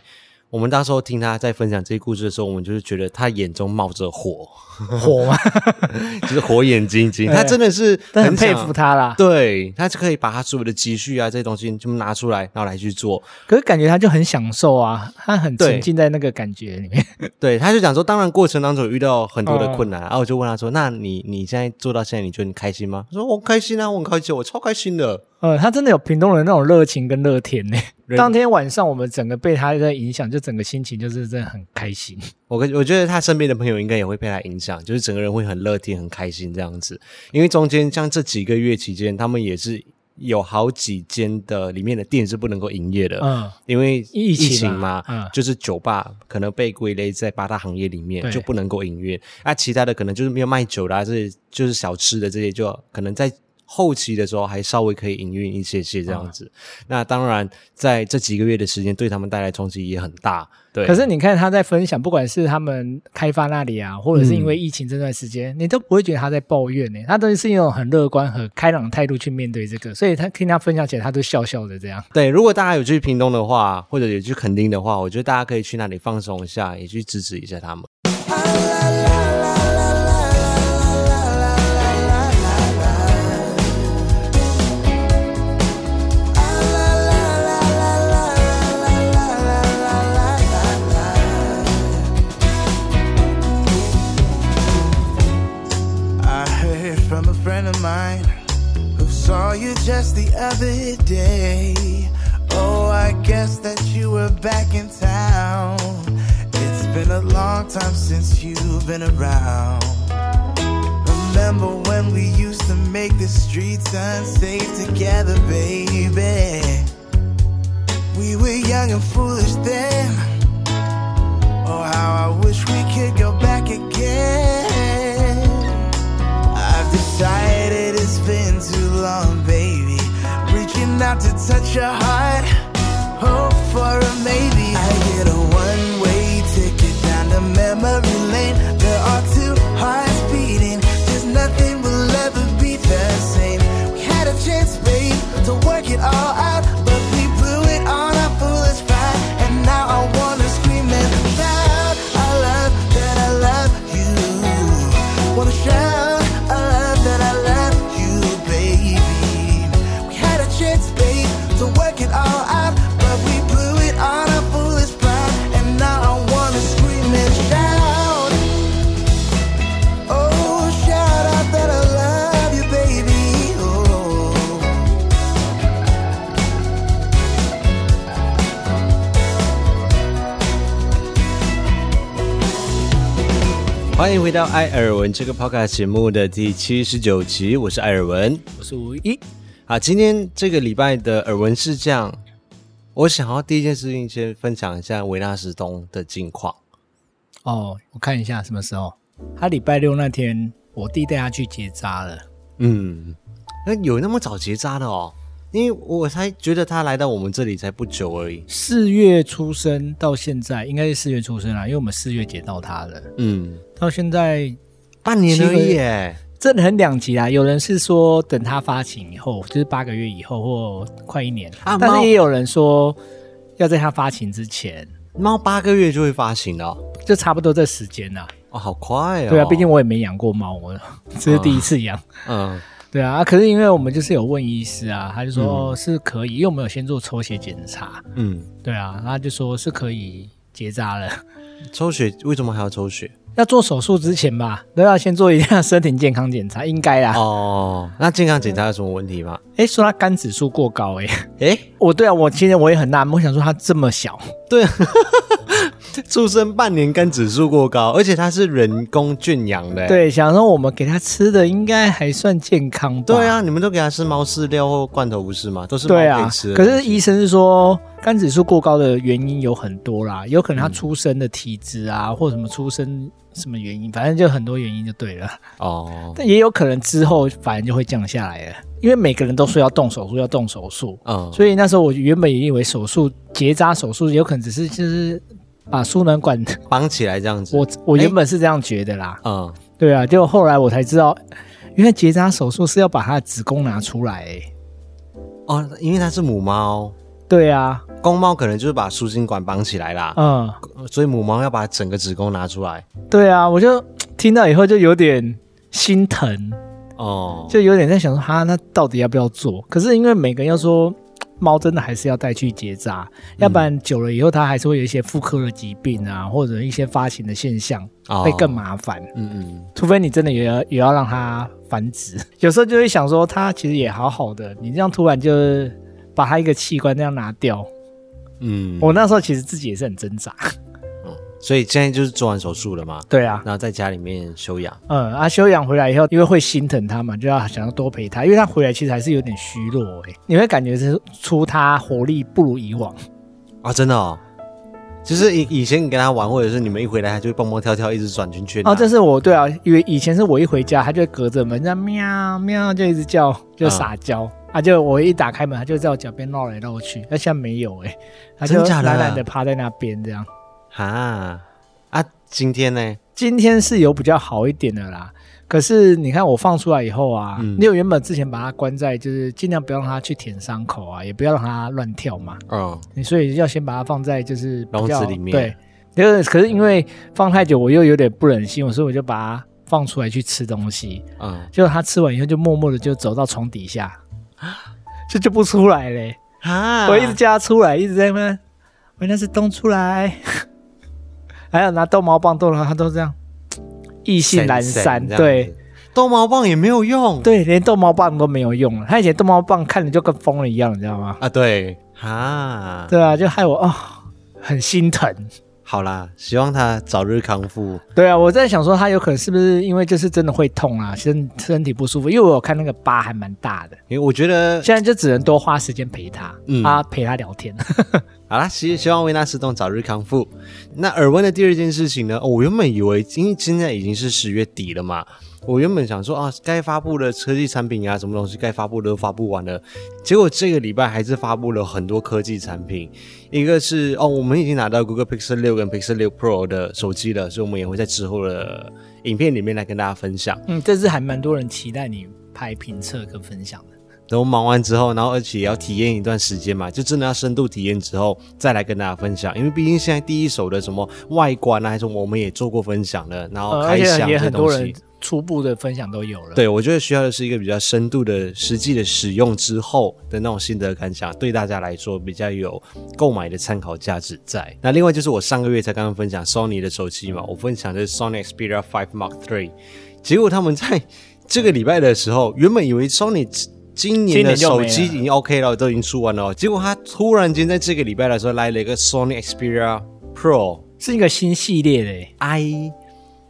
Speaker 1: 我们那时候听他在分享这些故事的时候，我们就是觉得他眼中冒着火，
Speaker 2: 火嘛，
Speaker 1: 就是火眼金 睛。
Speaker 2: 对
Speaker 1: 他真的是
Speaker 2: 但很
Speaker 1: 想
Speaker 2: 佩服他啦。
Speaker 1: 对他就可以把他所有的积蓄啊这些东西全部拿出来，然后来去做。
Speaker 2: 可是感觉他就很享受啊，他很
Speaker 1: 对
Speaker 2: 沉浸在那个感觉里面。
Speaker 1: 对，他就讲说，当然过程当中有遇到很多的
Speaker 2: 嗯
Speaker 1: 困难，然后、我就问他说：“那你你现在做到现在，你觉得你开心吗？”他说：“我很开心啊，我很开心，我超开心的。
Speaker 2: 呃，他真的有屏东人那种热情跟乐天呢、
Speaker 1: 人
Speaker 2: 当天晚上我们整个被他的影响，就整个心情就是真的很开心。
Speaker 1: 我跟我觉得他身边的朋友应该也会被他影响，就是整个人会很乐天、很开心这样子。因为中间像这几个月期间，他们也是有好几间的里面的店是不能够营业的，
Speaker 2: 嗯，
Speaker 1: 因为
Speaker 2: 疫情啊
Speaker 1: 情嘛，
Speaker 2: 嗯
Speaker 1: 就是酒吧可能被归类在八大行业里面，
Speaker 2: 对
Speaker 1: 就不能够营业。啊，其他的可能就是没有卖酒的、啊，这些就是小吃的这些，就可能在后期的时候还稍微可以营运一些些这样
Speaker 2: 嗯
Speaker 1: 子。那当然，在这几个月的时间，对他们带来冲击也很大。对，
Speaker 2: 可是你看他在分享，不管是他们开发那里啊，或者是因为疫情这段时间，你都不会觉得他在抱怨呢、他都是用很乐观和开朗的态度去面对这个，所以他听他分享起来，他都笑笑的这样。
Speaker 1: 对，如果大家有去屏东的话，或者有去垦丁的话，我觉得大家可以去那里放松一下，也去支持一下他们。
Speaker 3: I heard from a friend of mine who saw you just the other day. Oh, I guess that you were back in town. It's been a long time since you've been around. Remember when we used to make the streets unsafe together, baby? We were young and foolish then. Oh, how I wish we could go back again. I've decided it's been too long, baby. Reaching out to touch your heart, hope for a maybe. I get a one way ticket down to memory lane. There are two hearts beating, just nothing will ever be the same. We had a chance, babe, to work it all out, but we blew it on our foolish pride, and now I wanna scream and shout. I love that I love you. Wanna shout, I love that I love you, baby. We had a chance, babe, to work it all out, but we blew it on our foolish pride, and now I wanna scream and shout. Oh, shout out that I love you, baby. Oh.
Speaker 1: 欢迎回到艾尔文这个 podcast 节目的第七十九集，我是艾尔文。
Speaker 2: 我是五一，
Speaker 1: 啊，今天这个礼拜的耳闻是这样，我想要第一件事情先分享一下维纳斯东的近况。
Speaker 2: 哦，我看一下什么时候。他礼拜六那天，我弟带他去结扎了。
Speaker 1: 嗯，那有那么早结扎的哦？因为我才觉得他来到我们这里才不久而已。
Speaker 2: 四月出生到现在，应该是四月出生啦，因为我们四月结到他的，
Speaker 1: 嗯，
Speaker 2: 到现在
Speaker 1: 半年而已
Speaker 2: 七个
Speaker 1: 耶。
Speaker 2: 真的很两极啦。有人是说等他发情以后，就是八个月以后或快一年，
Speaker 1: 啊
Speaker 2: 但
Speaker 1: 猫
Speaker 2: 是也有人说要在他发情之前，
Speaker 1: 猫八个月就会发情了哦，
Speaker 2: 就差不多这时间啦。
Speaker 1: 哦，好快哦。
Speaker 2: 对啊，毕竟我也没养过猫，我 这是第一次养。
Speaker 1: 嗯
Speaker 2: 对啊，啊可是因为我们就是有问医师啊，他就说、哦是可以，因为我们有先做抽血检查，
Speaker 1: 嗯，
Speaker 2: 对啊，他就说是可以结扎了。
Speaker 1: 抽血为什么还要抽血？
Speaker 2: 要做手术之前吧，都要先做一下身体健康检查，应该啦。哎、
Speaker 1: 哦，那健康检查有什么问题吗？
Speaker 2: 说他肝指数过高、欸，
Speaker 1: 诶，
Speaker 2: 我对啊，我今天我也很纳闷，我想说他这么小，
Speaker 1: 对，出生半年肝指数过高，而且它是人工圈养的。
Speaker 2: 对，想说我们给他吃的应该还算健康吧？
Speaker 1: 对，啊，你们都给它吃猫饲料或罐头不是吗？都是猫
Speaker 2: 对
Speaker 1: 可以
Speaker 2: 啊
Speaker 1: 吃。的
Speaker 2: 可
Speaker 1: 东西。
Speaker 2: 是医生是说肝指数过高的原因有很多啦，有可能他
Speaker 1: 嗯
Speaker 2: 出生的体质啊，或什么出生什么原因，反正就很多原因就对了。
Speaker 1: 哦，
Speaker 2: 但也有可能之后反而就会降下来了，因为每个人都说要动手术，要动手术，
Speaker 1: 嗯，
Speaker 2: 所以那时候我原本也以为手术结扎手术有可能只是就是把输卵管，
Speaker 1: 绑起来这样子。
Speaker 2: 我我原本是这样觉得啦，
Speaker 1: 嗯，
Speaker 2: 对啊，结果后来我才知道，原来结扎手术是要把他的子宫拿出来、欸，
Speaker 1: 哦，因为它是母猫，
Speaker 2: 对啊，
Speaker 1: 公猫可能就是把输精管绑起来啦，
Speaker 2: 嗯，
Speaker 1: 所以母猫要把整个子宫拿出来。
Speaker 2: 对啊，我就听到以后就有点心疼，
Speaker 1: 哦，
Speaker 2: 就有点在想说，哈，那到底要不要做？可是因为每个人要说，猫真的还是要带去结扎，要不然久了以后它还是会有一些妇科的疾病啊，或者一些发情的现象，
Speaker 1: 哦
Speaker 2: 会更麻烦。
Speaker 1: 嗯嗯，
Speaker 2: 除非你真的也要也要让它繁殖， 有时候就会想说，它其实也好好的，你这样突然就是把它一个器官这样拿掉，
Speaker 1: 嗯，哦
Speaker 2: 我那时候其实自己也是很挣扎。
Speaker 1: 所以现在就是做完手术了嘛，
Speaker 2: 对啊，
Speaker 1: 然后在家里面休养。
Speaker 2: 嗯，啊，休养回来以后，因为会心疼他嘛，就要想要多陪他，因为他回来其实还是有点虚弱哎、你会感觉是出他活力不如以往。
Speaker 1: 啊，真的哦，就是以以前你跟他玩，或者是你们一回来，他就会蹦蹦跳跳，一直转圈圈、啊。
Speaker 2: 哦，这是我对啊，因为以前是我一回家，他就会隔着门在喵喵就一直叫，就撒娇。
Speaker 1: 嗯
Speaker 2: 啊！就我一打开门，他就在我脚边绕来绕去。那现在没有哎、他就
Speaker 1: 真假的
Speaker 2: 懒懒的趴在那边这样。
Speaker 1: 哈啊，今天呢？
Speaker 2: 今天是有比较好一点的啦。可是你看我放出来以后啊，
Speaker 1: 嗯
Speaker 2: 因为原本之前把它关在，就是尽量不要让它去舔伤口啊，也不要让它乱跳嘛。
Speaker 1: 嗯，
Speaker 2: 你所以要先把它放在就是比
Speaker 1: 笼
Speaker 2: 较
Speaker 1: 子里面
Speaker 2: 对，就是可是因为放太久，我又有点不忍心，所以我就把它放出来去吃东西。
Speaker 1: 嗯，
Speaker 2: 结果它吃完以后，就默默的就走到床底 下，就就不出来嘞。
Speaker 1: 哈
Speaker 2: 我一直叫它出来，一直在那边，喂，那是东出来， 还有拿逗猫棒逗它，它都这样意兴阑珊。对，
Speaker 1: 逗猫棒也没有用。
Speaker 2: 对，连逗猫棒都没有用了。它以前逗猫棒看着就跟疯了一样，你知道吗？
Speaker 1: 啊，对，哈，
Speaker 2: 对啊，就害我哦，很心疼。
Speaker 1: 好啦，希望他早日康复。
Speaker 2: 对啊，我在想说他有可能是不是因为就是真的会痛啊，身身体不舒服，因为我有看那个疤还蛮大的，
Speaker 1: 因为我觉得，
Speaker 2: 现在就只能多花时间陪他，
Speaker 1: 嗯
Speaker 2: 啊陪他聊天，
Speaker 1: 好啦，希希望维纳斯洞早日康复。那耳温的第二件事情呢？哦我原本以为，因为现在已经是十月底了嘛，我原本想说啊，该发布的科技产品啊，什么东西该发布的都发布完了，结果这个礼拜还是发布了很多科技产品。一个是哦，我们已经拿到 Google Pixel 六跟 Pixel 六 Pro 的手机了，所以我们也会在之后的影片里面来跟大家分享。
Speaker 2: 嗯，这次还蛮多人期待你拍评测跟分享的，
Speaker 1: 等我忙完之后，然后而且也要体验一段时间嘛，就真的要深度体验之后再来跟大家分享，因为毕竟现在第一手的什么外观啊，还是我们也做过分享的，然后
Speaker 2: 呃
Speaker 1: 哦开
Speaker 2: 而且
Speaker 1: 箱
Speaker 2: 也
Speaker 1: 这
Speaker 2: 很
Speaker 1: 东
Speaker 2: 多
Speaker 1: 西。
Speaker 2: 人初步的分享都有了，，
Speaker 1: 对，我觉得需要的是一个比较深度的、实际的使用之后的那种心得感想，对大家来说比较有购买的参考价值在。那另外就是我上个月才刚刚分享 Sony 的手机嘛，我分享的是 Sony Xperia 5 Mark Three，结果他们在这个礼拜的时候，原本以为 Sony 今年的
Speaker 2: 今年就
Speaker 1: 手
Speaker 2: 没
Speaker 1: 机已
Speaker 2: 了
Speaker 1: 经 OK 了，都已经出完了哦，结果他突然间在这个礼拜的时候来了一个 Sony Xperia Pro。
Speaker 2: 欸是一个新系列的，
Speaker 1: i，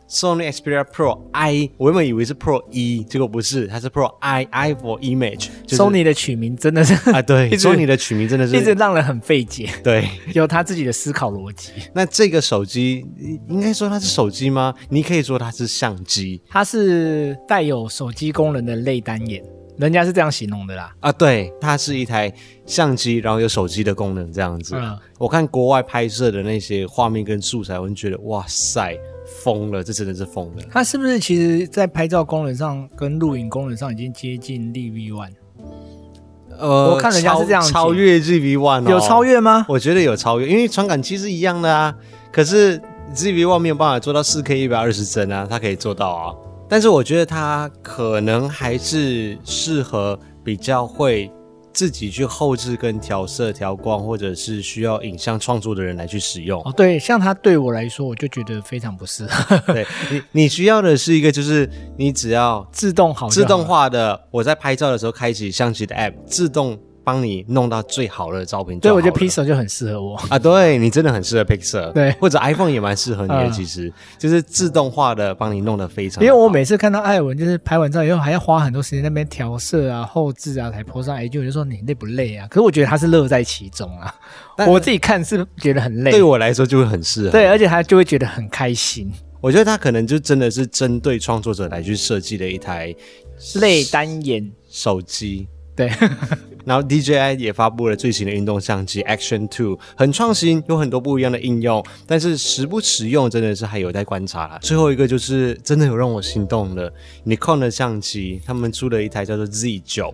Speaker 1: Sony Xperia Pro I，我原本以为是 Pro 一，结果不是，它是 Pro I，I for image、就是。
Speaker 2: Sony 的取名真的是
Speaker 1: 啊，对
Speaker 2: 一直
Speaker 1: ，Sony 的取名真的
Speaker 2: 一直
Speaker 1: 是
Speaker 2: 让人很费解，
Speaker 1: 对。
Speaker 2: 有他自己的思考逻辑。
Speaker 1: 那这个手机应该说它是手机吗？你可以说它是相机
Speaker 2: 它是带有手机功能的类单眼，人家是这样形容的啦。
Speaker 1: 啊，对，它是一台相机，然后有手机的功能这样子。
Speaker 2: 嗯
Speaker 1: 我看国外拍摄的那些画面跟素材，我就觉得哇塞，疯了，这真的是疯了。
Speaker 2: 它是不是其实在拍照功能上跟录影功能上已经接近 DV One？、
Speaker 1: 呃
Speaker 2: 我看人家是这样
Speaker 1: 超
Speaker 2: 子
Speaker 1: 超越 GB One，、哦、
Speaker 2: 有超越 吗？
Speaker 1: 我觉得有超越，因为传感器是一样的啊。可是 GB One 没有办法做到4 K 一百二十帧啊，它可以做到啊。但是我觉得它可能还是适合比较会自己去后置跟调色、调光，或者是需要影像创作的人来去使用。
Speaker 2: 哦，对，像它对我来说，我就觉得非常不适合。
Speaker 1: 对你，你需要的是一个，就是你只要
Speaker 2: 自动好就好，
Speaker 1: 自动化的，我在拍照的时候开启相机的 App，自动帮你弄到最好的照片就
Speaker 2: 对
Speaker 1: 好
Speaker 2: 我
Speaker 1: 了。
Speaker 2: 觉得 Pixel 就很适合我。
Speaker 1: 啊，对你真的很适合 Pixel，
Speaker 2: 对
Speaker 1: 或者 iPhone 也蛮适合你的，
Speaker 2: 嗯
Speaker 1: 其实就是自动化的帮你弄得非常好。
Speaker 2: 因为我每次看到艾文，就是拍完照以后还要花很多时间在那边调色啊、后置啊、才 po 上 IG，我就说你累不累啊？可是我觉得他是乐在其中啊，
Speaker 1: 但
Speaker 2: 我自己看是觉得很累，
Speaker 1: 对我来说就会很适合。
Speaker 2: 对，，而且他就会觉得很开心。
Speaker 1: 我觉得它可能就真的是针对创作者来去设计的一台
Speaker 2: 类单眼，
Speaker 1: 手机。
Speaker 2: 对，
Speaker 1: 然后 DJI 也发布了最新的运动相机 Action Two，很创新，有很多不一样的应用，但是实不实用真的是还有待观察啦。最后一个就是真的有让我心动的 Nikon 的相机，他们出了一台叫做 Z 九，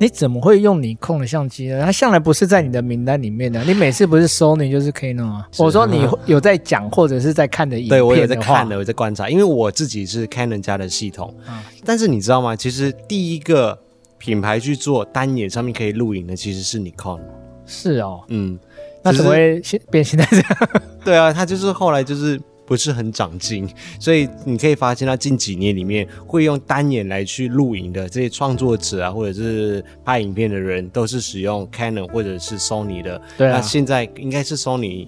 Speaker 2: 你怎么会用你控的相机呢？它向来不是在你的名单里面的，啊你每次不是 Sony 就是 Canon 啊。我说你有在讲或者是在看的影
Speaker 1: 嗯
Speaker 2: 片
Speaker 1: 对
Speaker 2: 的
Speaker 1: 我有在看
Speaker 2: 话
Speaker 1: 的，我在观察，因为我自己是 Canon 家的系统。
Speaker 2: 嗯
Speaker 1: 但是你知道吗？其实第一个品牌去做单眼上面可以录影的其实是 Nikon。
Speaker 2: 是哦，
Speaker 1: 嗯，
Speaker 2: 那
Speaker 1: 只
Speaker 2: 怎
Speaker 1: 是
Speaker 2: 么会现变现在这样？
Speaker 1: 对啊，它就是后来就是不是很长进，所以你可以发现它近几年里面会用单眼来去录影的这些创作者啊，或者是拍影片的人，都是使用 Canon 或者是 Sony 的。
Speaker 2: 对啊
Speaker 1: 那现在应该是 Sony。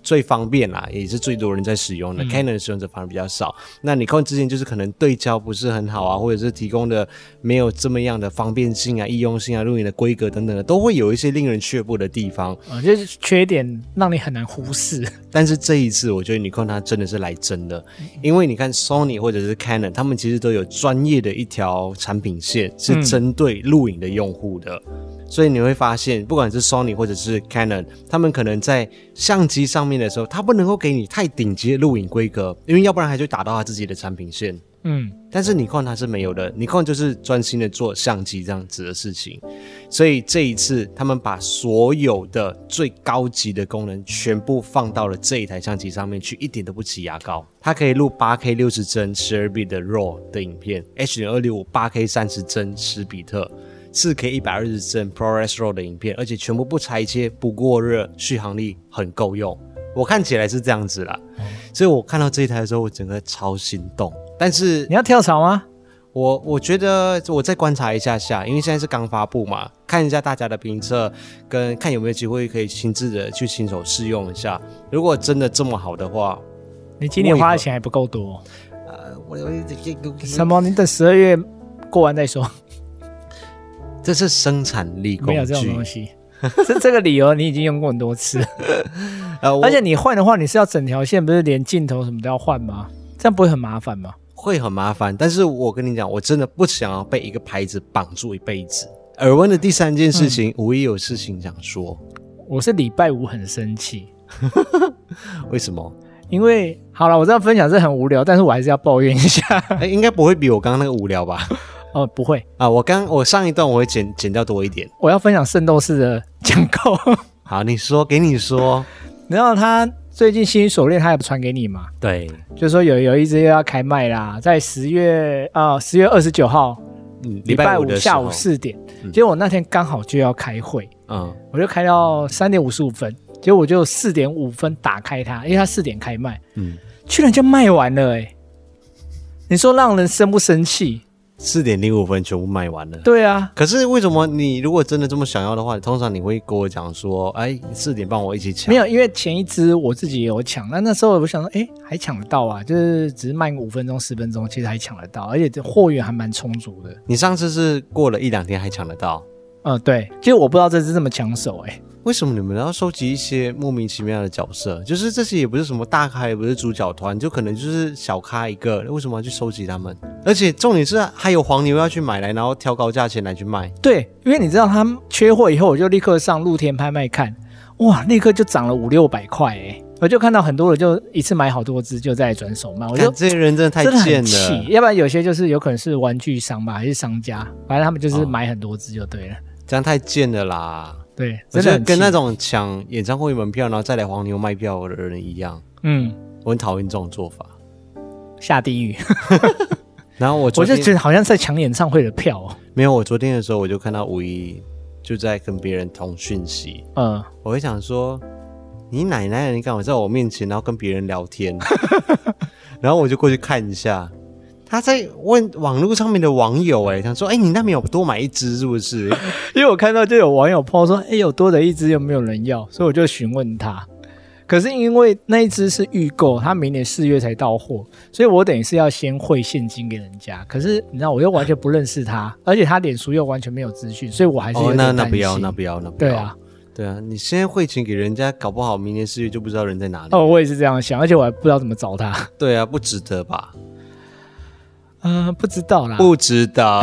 Speaker 1: 最方便啦，也是最多人在使用
Speaker 2: 嗯
Speaker 1: 的。Canon 的使用者反而比较少。那你看之前就是可能对焦不是很好啊，或者是提供的没有这么样的方便性啊、易用性啊、录影的规格等等的，都会有一些令人却步的地方。
Speaker 2: 呃就是缺点让你很难忽视。
Speaker 1: 但是这一次，我觉得 Nikon 它真的是来真的，因为你看 Sony 或者是 Canon，他们其实都有专业的一条产品线是针对录影的用户的，所以你会发现，不管是 Sony 或者是 Canon，他们可能在相机上面的时候，它不能够给你太顶级的录影规格，因为要不然它就打到它自己的产品线。
Speaker 2: 嗯，
Speaker 1: 但是 Nikon 它是没有的，Nikon 就是专心的做相机这样子的事情，所以这一次他们把所有的最高级的功能全部放到了这一台相机上面去，一点都不起牙膏。它可以录 8K 六十帧十二比的 RAW 的影片，H 零二六五 8K 三十帧十比特。4K 一百二十帧 ProRes RAW 的影片，而且全部不裁切、不过热，续航力很够用。我看起来是这样子啦，所以我看到这一台的时候，我整个超心动。但是
Speaker 2: 你要跳槽吗？
Speaker 1: 我我觉得我再观察一下下，因为现在是刚发布嘛，看一下大家的评测，跟看有没有机会可以亲自的去亲手试用一下。如果真的这么好的话，
Speaker 2: 你今年花的钱还不够多，
Speaker 1: 呃，我我
Speaker 2: 什么？你等十二月过完再说，
Speaker 1: 这是生产力工
Speaker 2: 没有这种东
Speaker 1: 具，
Speaker 2: 西。这这个理由你已经用过很多次，
Speaker 1: 呃，我
Speaker 2: 而且你换的话，你是要整条线，不是连镜头什么都要换吗？这样不会很麻烦吗？
Speaker 1: 会很麻烦。但是我跟你讲，我真的不想要被一个牌子绑住一辈子。耳温的第三件事
Speaker 2: 嗯
Speaker 1: 情，无疑有事情想说，
Speaker 2: 我是礼拜五很生气，
Speaker 1: 为什么？
Speaker 2: 因为好了，我知道分享是很无聊，但是我还是要抱怨一下。
Speaker 1: 哎，应该不会比我刚刚那个无聊吧？
Speaker 2: 哦，不会，
Speaker 1: 啊，我刚我上一段我会剪剪掉多一点。
Speaker 2: 我要分享圣斗士的讲购。
Speaker 1: 好，你说，给你说。
Speaker 2: 然后他最近新手链他也传给你嘛，
Speaker 1: 对，
Speaker 2: 就说有有一只又要开卖啦，在十月啊十、0月二十九号
Speaker 1: 嗯，
Speaker 2: 礼拜
Speaker 1: 拜
Speaker 2: 五
Speaker 1: 的
Speaker 2: 下
Speaker 1: 时
Speaker 2: 午
Speaker 1: 候，
Speaker 2: 四点，结果我那天刚好就要开会，
Speaker 1: 嗯，
Speaker 2: 我就开到三点五十五分，结果我就四点五分打开它，因为它四点开卖，欸
Speaker 1: 嗯，
Speaker 2: 居然就卖完了哎、你说让人生不生气？
Speaker 1: 四点零五分全部卖完了。
Speaker 2: 对啊，
Speaker 1: 可是为什么你如果真的这么想要的话，通常你会跟我讲说，哎，四点半我一起抢。
Speaker 2: 没有，因为前一支我自己也有抢，那那时候我想说，哎，还抢得到啊，就是只是慢个五分钟、十分钟，其实还抢得到，而且这货源还蛮充足的。
Speaker 1: 你上次是过了一两天还抢得到，
Speaker 2: 嗯，对，其实我不知道这支这么抢手、哎，
Speaker 1: 为什么你们要收集一些莫名其妙的角色？就是这些也不是什么大咖，也不是主角团，就可能就是小咖一个，为什么要去收集他们？而且重点是还有黄牛要去买来，然后挑高价钱来去卖。
Speaker 2: 对，因为你知道它缺货以后，我就立刻上露天拍卖看，哇，立刻就涨了五六百块、哎，我就看到很多人就一次买好多支，就再转手卖，我就
Speaker 1: 看这些人真的太
Speaker 2: 哦真的
Speaker 1: 贱
Speaker 2: 很
Speaker 1: 了
Speaker 2: 气，。要不然有些就是有可能是玩具商吧，还是商家，反正他们就是
Speaker 1: 哦
Speaker 2: 买很多只就对了。
Speaker 1: 这样太贱了啦！
Speaker 2: 对，
Speaker 1: 我觉
Speaker 2: 真的
Speaker 1: 得
Speaker 2: 很
Speaker 1: 跟
Speaker 2: 气
Speaker 1: 那种抢演唱会门票，然后再来黄牛卖票的人一样，
Speaker 2: 嗯
Speaker 1: 我很讨厌这种做法。
Speaker 2: 下地狱，
Speaker 1: 然后我
Speaker 2: 我
Speaker 1: 昨
Speaker 2: 就
Speaker 1: 天
Speaker 2: 觉得好像在抢演唱会的票、哦。
Speaker 1: 没有，我昨天的时候我就看到五一就在跟别人通讯息，
Speaker 2: 嗯，
Speaker 1: 我会想说，你奶奶，你干嘛在我面前，然后跟别人聊天？ 然后我就过去看一下，他在问网络上面的网友、哎，想说，哎、你那边有多买一只是不是？
Speaker 2: 因为我看到就有网友 PO 说，哎，有多的一只有没有人要？所以我就询问他。可是因为那一只是预购，他明年四月才到货，所以我等于是要先汇现金给人家。可是你知道，我又完全不认识他，而且他脸书又完全没有资讯，所以我还是有
Speaker 1: 哦，
Speaker 2: 点
Speaker 1: 那
Speaker 2: 担心。
Speaker 1: 那不要，那不要，那不要。
Speaker 2: 对啊，，
Speaker 1: 对啊，你现在汇钱给人家，搞不好明年四月就不知道人在哪里。
Speaker 2: 哦，我也是这样想，而且我还不知道怎么找他。
Speaker 1: 对啊，不值得吧？
Speaker 2: 嗯、不知道啦，
Speaker 1: 不值得，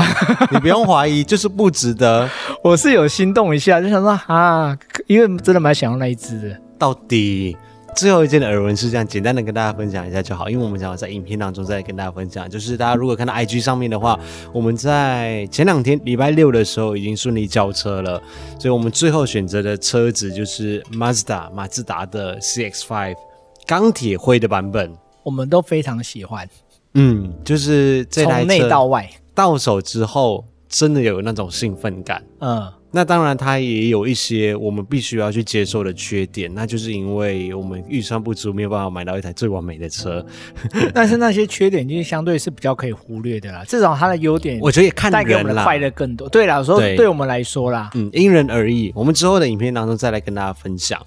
Speaker 1: 你不用怀疑，就是不值得。
Speaker 2: 我是有心动一下，就想说啊，因为真的蛮想要那一只的。
Speaker 1: 到底最后一件的耳闻是这样，简单的跟大家分享一下就好，因为我们想要在影片当中再跟大家分享，就是大家如果看到 IG 上面的话，我们在前两天礼拜六的时候已经顺利交车了，所以我们最后选择的车子就是 Mazda 马自达的 CX-5 钢铁灰的版本。
Speaker 2: 我们都非常喜欢，
Speaker 1: 嗯，就是这台
Speaker 2: 从内
Speaker 1: 车
Speaker 2: 到外，
Speaker 1: 到手之后，真的有那种兴奋感。
Speaker 2: 嗯，
Speaker 1: 那当然，它也有一些我们必须要去接受的缺点，那就是因为我们预算不足，没有办法买到一台最完美的车。
Speaker 2: 但是那些缺点就是相对是比较可以忽略的啦，至少它的优点
Speaker 1: 我觉得也看
Speaker 2: 带给我
Speaker 1: 人
Speaker 2: 们的
Speaker 1: 啦
Speaker 2: 快，乐更多。对啦，说
Speaker 1: 对
Speaker 2: 对我们来说啦，
Speaker 1: 嗯，因人而异。我们之后的影片当中再来跟大家分享。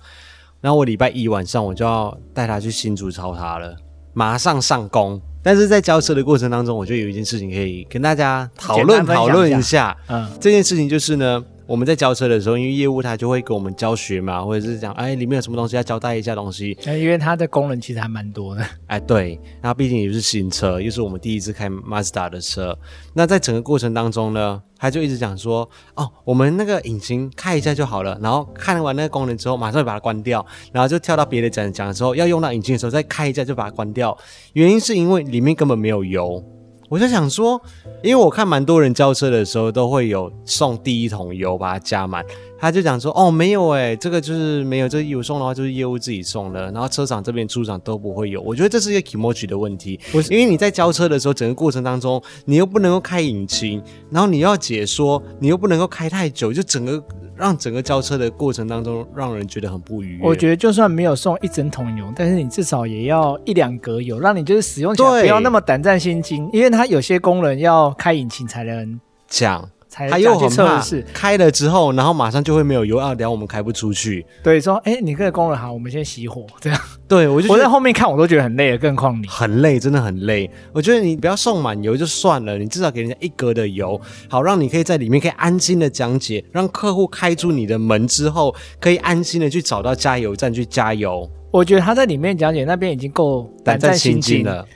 Speaker 1: 然后我礼拜一晚上我就要带他去新竹超他了，马上上工。但是在交车的过程当中，我觉得有一件事情可以跟大家讨论
Speaker 2: 简单分享一下
Speaker 1: 讨论一下。
Speaker 2: 嗯
Speaker 1: 这件事情就是呢，我们在交车的时候，因为业务他就会给我们教学嘛，或者是讲，哎，里面有什么东西要交代一下东西。
Speaker 2: 那呃因为它的功能其实还蛮多的，
Speaker 1: 哎，对，那毕竟也是新车，又是我们第一次开 Mazda 的车。那在整个过程当中呢，他就一直讲说，哦，我们那个引擎开一下就好了，然后看完那个功能之后，马上就把它关掉，然后就跳到别的讲讲的时候，要用到引擎的时候再开一下就把它关掉。原因是因为里面根本没有油。我就想说，因为我看蛮多人交车的时候都会有送第一桶油把它加满，他就讲说哦没有哎、这个就是没有，这有送的话就是业务自己送的，然后车厂这边出厂都不会有。我觉得这是一个 emoji 的问题，
Speaker 2: 不是
Speaker 1: 因为你在交车的时候，整个过程当中你又不能够开引擎，然后你要解说，你又不能够开太久，就整个让整个交车的过程当中让人觉得很不愉悦。
Speaker 2: 我觉得就算没有送一整桶油，但是你至少也要一两格油，让你就是使用起来
Speaker 1: 对
Speaker 2: 不要那么胆战心惊，因为它有些功能要开引擎才能
Speaker 1: 讲。
Speaker 2: 才
Speaker 1: 他
Speaker 2: 能
Speaker 1: 又
Speaker 2: 去
Speaker 1: 很
Speaker 2: 哎测
Speaker 1: 怕
Speaker 2: 试。
Speaker 1: 开了之后，然后马上就会没有油啊，然后我们开不出去。
Speaker 2: 对，说哎，你这个功能好，我们先熄火，这样。
Speaker 1: 对我就觉
Speaker 2: 我
Speaker 1: 得
Speaker 2: 在后面看我都觉得很累了，更何况你。
Speaker 1: 很累，真的很累。我觉得你不要送满油就算了，你至少给人家一格的油，好让你可以在里面可以安心的讲解，让客户开出你的门之后，可以安心的去找到加油站去加油，
Speaker 2: 我觉得他在里面讲解那边已经够胆
Speaker 1: 战
Speaker 2: 战心
Speaker 1: 惊
Speaker 2: 惊，
Speaker 1: 了。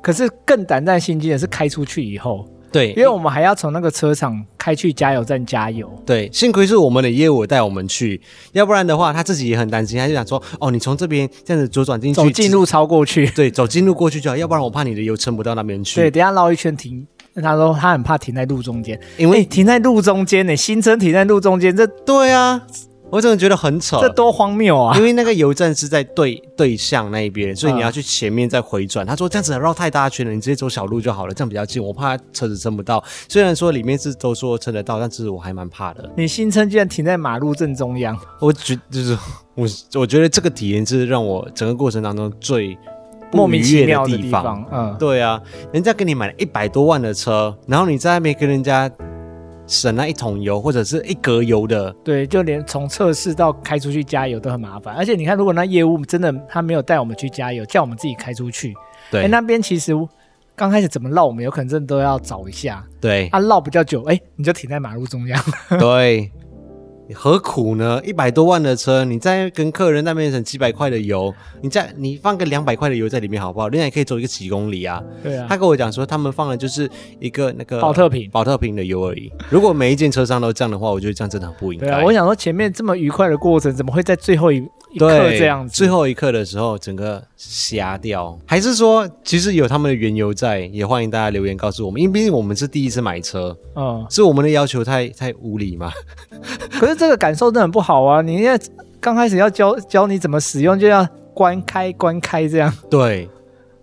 Speaker 2: 可是更胆战心惊的是开出去以后，
Speaker 1: 对，
Speaker 2: 因为我们还要从那个车厂开去加油站加油。
Speaker 1: 对，幸亏是我们的业务带我们去，要不然的话他自己也很担心，他就想说，哦，你从这边这样子左转进去，
Speaker 2: 走近路超过去，
Speaker 1: 对，走近路过去就好，要不然我怕你的油撑不到那边去。
Speaker 2: 对，，等一下绕一圈停。他说他很怕停在路中间，
Speaker 1: 因
Speaker 2: 哎、
Speaker 1: 为、
Speaker 2: 停在路中间呢、新车停在路中间，这
Speaker 1: 对啊，我真的觉得很扯，
Speaker 2: 这多荒谬啊！嗯
Speaker 1: 因为那个油站是在对对向那一边，所以你要去前面再回转。他说这样子绕太大圈了，你直接走小路就好了，这样比较近。我怕车子撑不到。虽然说里面是都说撑得到，但是我还蛮怕的。
Speaker 2: 你新车居然停在马路正中央，
Speaker 1: 我觉就是我我觉得这个体验是让我整个过程当中最
Speaker 2: 莫
Speaker 1: 不
Speaker 2: 名
Speaker 1: 愉
Speaker 2: 其
Speaker 1: 悦
Speaker 2: 妙
Speaker 1: 地
Speaker 2: 地
Speaker 1: 方。
Speaker 2: 方，嗯，
Speaker 1: 对啊，人家给你买了一百多万的车，然后你在那边跟人家省那一桶油或者是一格油的，
Speaker 2: 对，就连从测试到开出去加油都很麻烦。而且你看，如果那业务真的他没有带我们去加油，叫我们自己开出去，
Speaker 1: 对、
Speaker 2: 哎，那边其实刚开始怎么绕，我们有可能真的都要找一下。
Speaker 1: 对、
Speaker 2: 啊，绕比较久，哎，你就停在马路 中央。
Speaker 1: 对，何苦呢？一百多万的车，你再跟客人那边省几百块的油，你再你放个两百块的油在里面好不好？人家也可以走一个几公里啊。
Speaker 2: 对啊
Speaker 1: 他，跟我讲说，他们放的就是一个那个
Speaker 2: 保特瓶
Speaker 1: 保特瓶的油而已。如果每一件车商都这样的话，我觉得这样真的很不应该。
Speaker 2: 对啊，我想说前面这么愉快的过程，怎么会在最后一啊一刻
Speaker 1: 对，
Speaker 2: 这样子？
Speaker 1: 最后一刻的时候，整个瞎掉，还是说其实有他们的缘由在？也欢迎大家留言告诉我们，因为毕竟我们是第一次买车，
Speaker 2: 嗯，
Speaker 1: 是我们的要求太太无理嘛？
Speaker 2: 可是这个感受真的很不好啊！你要刚开始要教教你怎么使用，就要关开关开这样。
Speaker 1: 对，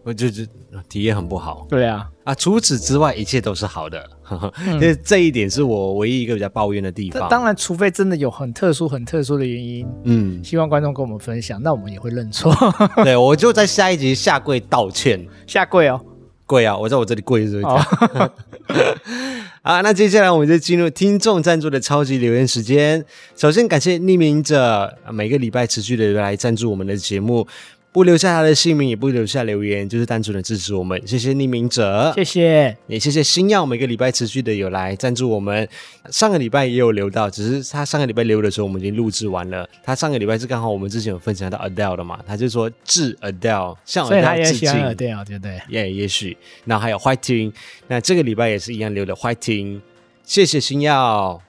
Speaker 1: 我就是体验很不好
Speaker 2: 对啊，
Speaker 1: 啊。除此之外，一切都是好的， 这、这一点是我唯一一个比较抱怨的地
Speaker 2: 但
Speaker 1: 方。
Speaker 2: 嗯当然，除非真的有很特殊、很特殊的原因，
Speaker 1: 嗯，
Speaker 2: 希望观众跟我们分享，那我们也会认错。
Speaker 1: 对我就在下一集下跪道歉。
Speaker 2: 下跪哦，
Speaker 1: 跪啊！我在我这里跪是不是？
Speaker 2: 哦
Speaker 1: 啊，那接下来我们就进入听众赞助的超级留言时间。首先感谢匿名者啊每个礼拜持续的来赞助我们的节目，不留下他的姓名，也不留下留言，就是单纯的支持我们。谢谢匿名者，
Speaker 2: 谢谢。
Speaker 1: 也谢谢星耀每个礼拜持续的有来赞助我们。上个礼拜也有留到，只是他上个礼拜留的时候我们已经录制完了。他上个礼拜是刚好我们之前有分享到 Adele 的嘛，他就说致 Adele 向
Speaker 2: 所以他
Speaker 1: Adele
Speaker 2: 也
Speaker 1: 致
Speaker 2: 喜欢
Speaker 1: 敬。
Speaker 2: 耳掉，对不对？
Speaker 1: 也、也许，然后还有 Whiting，那这个礼拜也是一样留的 Whiting，谢谢星耀。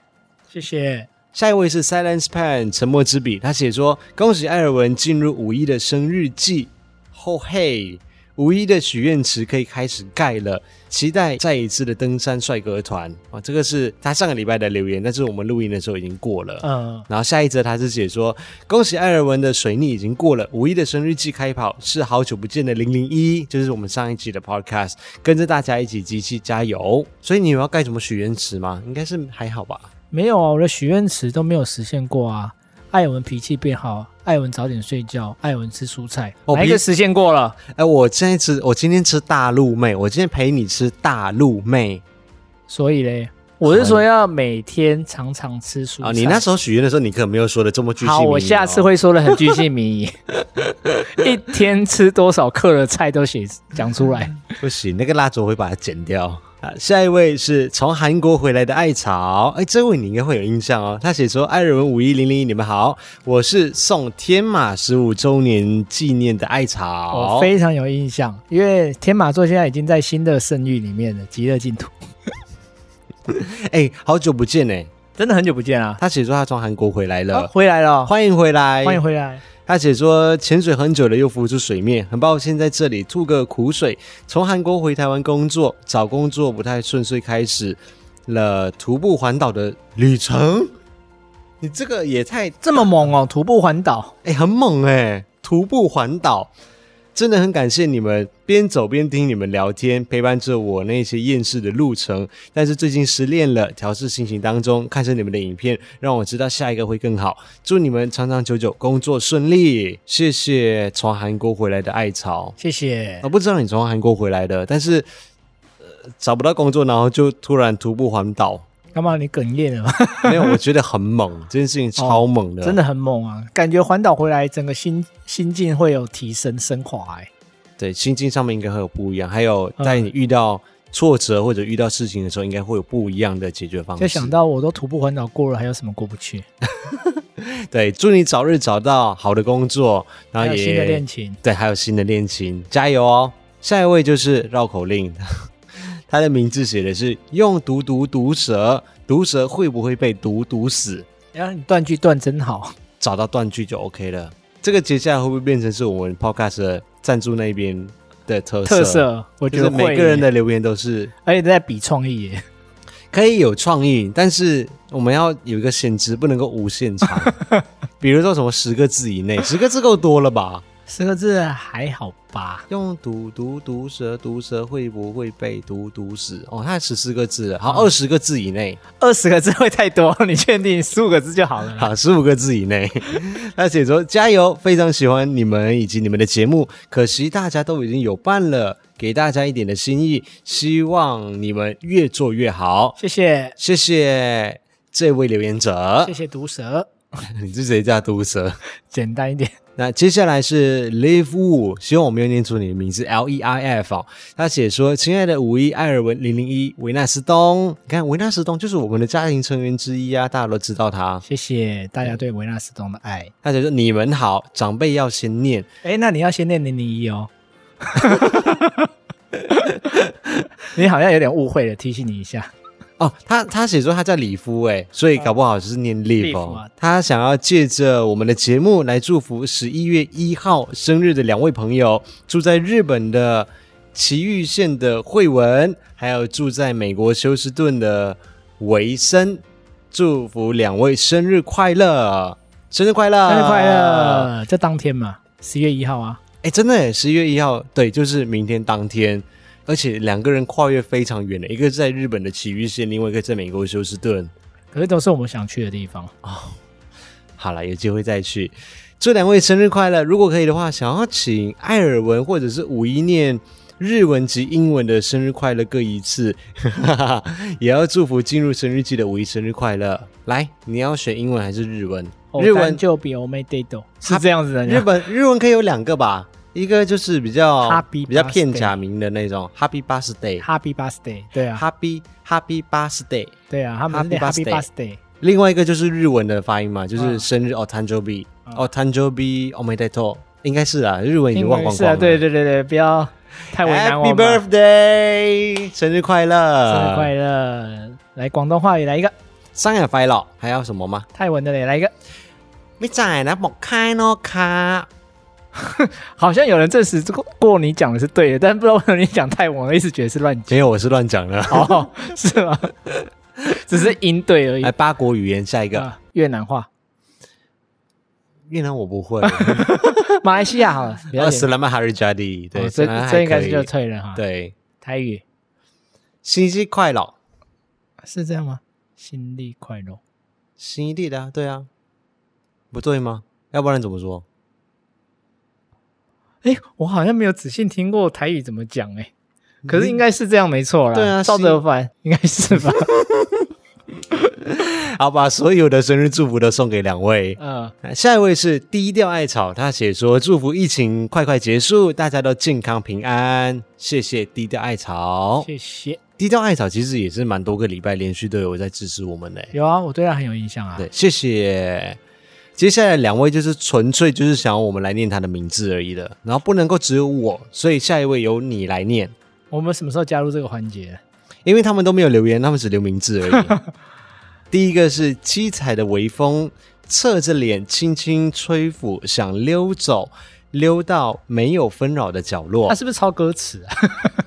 Speaker 2: 谢谢。
Speaker 1: 下一位是 Silence Pen 沉默之笔，他写说：“恭喜艾尔文进入五一的生日季，吼嘿！五一的许愿池可以开始盖了，期待再一次的登山帅哥团啊！”这个是他上个礼拜的留言，但是我们录音的时候已经过了。
Speaker 2: 嗯，
Speaker 1: 然后下一则他是写说，恭喜艾尔文的水逆已经过了，五一的生日季开跑是好久不见的零零一，就是我们上一期的 podcast，跟着大家一起集气加油。所以你有要盖什么许愿池吗？应该是还好吧。
Speaker 2: 没有啊，我的许愿池都没有实现过啊。艾文脾气变好，艾文早点睡觉，艾文吃蔬菜，
Speaker 1: 哦
Speaker 2: 哪一
Speaker 1: 比
Speaker 2: 个实现过了？
Speaker 1: 哎，我现在吃，我今天吃大陆妹，我今天陪你吃大陆妹
Speaker 2: 所以嘞，我是说要每天常常吃蔬菜。
Speaker 1: 啊！你那时候许愿的时候，你可没有说的这么具体、哦
Speaker 2: 好，我下次。会说的很居心民 意，一天吃多少克的菜都写讲出来。
Speaker 1: 不行，那个蜡烛我会把它剪 掉。啊，下一位是从韩国回来的艾草，哎，这位你应该会有印象哦。他写说：“艾尔文五一零零一，你们好，我是送天马十五周年纪念的艾
Speaker 2: 我
Speaker 1: 草。
Speaker 2: 非常有印象，因为天马座现在已经在新的圣域里面了，极乐净土，
Speaker 1: 哎，好久不见哎。
Speaker 2: 真的很久不见啊！
Speaker 1: 他写说他从韩国回来了，
Speaker 2: 啊回来了，
Speaker 1: 欢迎回来，
Speaker 2: 欢迎回来。
Speaker 1: 他写说潜水很久了，又浮出水面，很抱歉在这里吐个苦水。从韩国回台湾工作，找工作不太顺遂，开始了徒步环岛的旅程。你这个也太
Speaker 2: 这么猛哦，徒步环岛，
Speaker 1: 哎、很猛哎、徒步环岛，真的很感谢你们，边走边听你们聊天，陪伴着我那些厌世的路程。但是最近失恋了，调试心情当中，看着你们的影片，让我知道下一个会更好。祝你们长长久久，工作顺利。谢谢从韩国回来的艾草，
Speaker 2: 谢谢
Speaker 1: 我。不知道你从韩国回来的，但是、呃、找不到工作，然后就突然徒步环岛。
Speaker 2: 干嘛你哽咽了吗？
Speaker 1: 没有，我觉得很猛，这件事情超猛的，
Speaker 2: 真的很猛啊！感觉环岛回来，整个心心境会有提升升华、欸。
Speaker 1: 对，心境上面应该会有不一样，还有
Speaker 2: 嗯
Speaker 1: 在你遇到挫折或者遇到事情的时候，应该会有不一样的解决方式。
Speaker 2: 就想到我都徒步环岛过了，还有什么过不去？
Speaker 1: 对，祝你早日找到好的工作，然
Speaker 2: 还
Speaker 1: 后啊
Speaker 2: 有
Speaker 1: 也
Speaker 2: 新的恋情，
Speaker 1: 对，还有新的恋情，加油哦！下一位就是绕口令， 他的名字写的是用毒毒毒蛇，毒蛇会不会被毒毒死？
Speaker 2: 然哎后你断句断真好。
Speaker 1: 找到断句就 OK 了。这个接下来会不会变成是我们 Podcast 的赞助那边的特色？
Speaker 2: 特色，我觉
Speaker 1: 就是
Speaker 2: 得
Speaker 1: 每
Speaker 2: 会
Speaker 1: 个人
Speaker 2: 耶，
Speaker 1: 的留言都是
Speaker 2: 而且在比创意耶，
Speaker 1: 可以有创意，但是我们要有一个 限制，不能够无限长。比如说什么十个字以内，十个字够多了吧？
Speaker 2: 四个字还好吧？
Speaker 1: 用毒毒毒蛇，毒蛇会不会被毒毒死？哦，它十四个字了，
Speaker 2: 嗯
Speaker 1: 好，二十个字以内，
Speaker 2: 二十个字会太多，你确定十五个字就好了啦？
Speaker 1: 好，十五个字以 内。他写说：“加油，非常喜欢你们以及你们的节目，可惜大家都已经有伴了，给大家一点的心意，希望你们越做越好。
Speaker 2: 谢谢”，
Speaker 1: 谢谢这位留言者
Speaker 2: 谢，谢毒蛇，
Speaker 1: 你是谁家毒蛇？
Speaker 2: 简单一点。
Speaker 1: 那接下来是 Live Wu，希望我没有念错你的名字 L E I F 哦。他写说：“亲爱的五一艾尔文零零一维纳斯东，你看维纳斯东就是我们的家庭成员之一啊，大家都知道他。
Speaker 2: 谢谢大家对维纳斯东的爱。
Speaker 1: 他写说你们好，长辈要先念，
Speaker 2: 哎，那你要先念零零一哦。 你好像有点误会了，提醒你一下。
Speaker 1: 哦，他他写说他叫李夫哎，所以搞不好就是念 live 哦。
Speaker 2: Live 哦啊
Speaker 1: 他想要借着我们的节目来祝福十一月一号生日的两位朋友，住在日本的崎玉县的惠文，还有住在美国休斯顿的维森，祝福两位生日快乐！生日快乐！
Speaker 2: 生日快！乐！这当天嘛，十月一号啊，
Speaker 1: 哎，真的耶，十一月一号，对，就是明天当天，而且两个人跨越非常远的，一个在日本的崎玉县，另外一个在美国休斯顿。
Speaker 2: 可是都是我们想去的地方。
Speaker 1: 好了，有机会再去。祝两位生日快乐！如果可以的话，想要请艾尔文或者是五一念日文及英文的生日快乐各一次， 也要祝福进入生日季的五一生日快乐。来，你要选英文还是日文？日文
Speaker 2: 哦就比欧美 d a d o 是这样子的。
Speaker 1: 哦日本日文可以有两个吧，一个就是比较
Speaker 2: Happy
Speaker 1: 比较片假名的那种，Happy Birthday，Happy
Speaker 2: Happy Birthday，对啊，
Speaker 1: Happy Birthday。
Speaker 2: 对啊，他们是
Speaker 1: Happy
Speaker 2: Happy
Speaker 1: Birthday
Speaker 2: Birthday，
Speaker 1: 另外一个就是日文的发音嘛，就是
Speaker 2: 嗯
Speaker 1: 生日哦，誕生日
Speaker 2: 嗯
Speaker 1: 哦，誕生日哦，没得错，应该是啊，日文已经
Speaker 2: 英
Speaker 1: 忘
Speaker 2: 文
Speaker 1: 光
Speaker 2: 是
Speaker 1: 光
Speaker 2: 啊，
Speaker 1: 了。
Speaker 2: 对对对对，不要太为难我
Speaker 1: Happy
Speaker 2: 们。
Speaker 1: birthday，生日快乐，
Speaker 2: 生日快乐！来广东话也来一个，
Speaker 1: 生日快乐，还要什么吗？
Speaker 2: 泰文的也来一个。
Speaker 1: 你在那莫开诺卡，
Speaker 2: 好像有人证实过过你讲的是对的，但不知道为什么你讲泰文，我一直觉得是乱讲。
Speaker 1: 没有，我是乱讲的。
Speaker 2: 哦，是吗？ 哎只是音对而已
Speaker 1: 来。哎八国语言，下一个
Speaker 2: 啊越南话，
Speaker 1: 越南我不 会，
Speaker 2: 马来西亚 好了，比较哦
Speaker 1: 要
Speaker 2: 简
Speaker 1: 斯
Speaker 2: 单
Speaker 1: 拉曼哈日加迪，对，
Speaker 2: 哦这
Speaker 1: 斯兰曼
Speaker 2: 这
Speaker 1: 还
Speaker 2: 应该
Speaker 1: 可
Speaker 2: 是
Speaker 1: 以
Speaker 2: 就退了哈。，
Speaker 1: 对，
Speaker 2: 台语
Speaker 1: 新日快乐，
Speaker 2: 是这样吗？新历快乐，
Speaker 1: 新一地的啊，对啊，不对吗？要不然怎么说？
Speaker 2: 哎，我好像没有仔细听过台语怎么讲哎，可是应该是这样没错啦。
Speaker 1: 对啊
Speaker 2: 照着翻应该是吧？
Speaker 1: 好，把所有的生日祝福都送给两位。
Speaker 2: 嗯，
Speaker 1: 那下一位是低调艾草，他写说祝福疫情快快结束，大家都健康平安，谢谢低调艾草。
Speaker 2: 谢谢。
Speaker 1: 低调艾草其实也是蛮多个礼拜连续都有在支持我们的、
Speaker 2: 有啊，我对他很有印象啊。
Speaker 1: 对，谢谢。接下来两位就是纯粹就是想要我们来念他的名字而已的，然后不能够只有我，所以下一位由你来念，
Speaker 2: 我们什么时候加入这个环节？
Speaker 1: 因为他们都没有留言，他们只留名字而已。 第一个是七彩的微风，侧着脸轻轻吹拂，想溜走，溜到没有纷扰的角落
Speaker 2: 他，是不是抄歌词啊？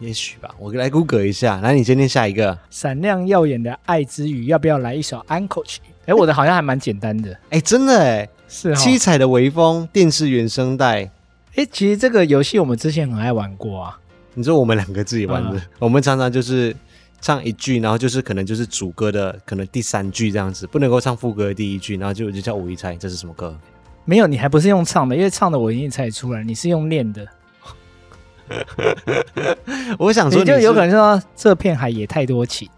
Speaker 1: 也许吧。我来 Google 一下，来，你先念下一个。
Speaker 2: 闪亮耀眼的爱之语，要不要来一首 Uncle 曲？哎，我的好像还蛮简单的，
Speaker 1: 哎，真的哎，
Speaker 2: 是哦哈、
Speaker 1: 七彩的微风，电视原声带，
Speaker 2: 哎，其实这个游戏我们之前很爱玩过啊。
Speaker 1: 你说我们两个自己玩的，我们常常就是唱一句，然后就是可能就是主歌的可能第三句这样子，不能够唱副歌的第一句，然后就就叫五一猜这是什么歌。
Speaker 2: 没有，你还不是用唱的，因为唱的我已经猜出来，你是用念的，
Speaker 1: 我想说
Speaker 2: 你
Speaker 1: 你
Speaker 2: 就是有可能说这片海也太多情，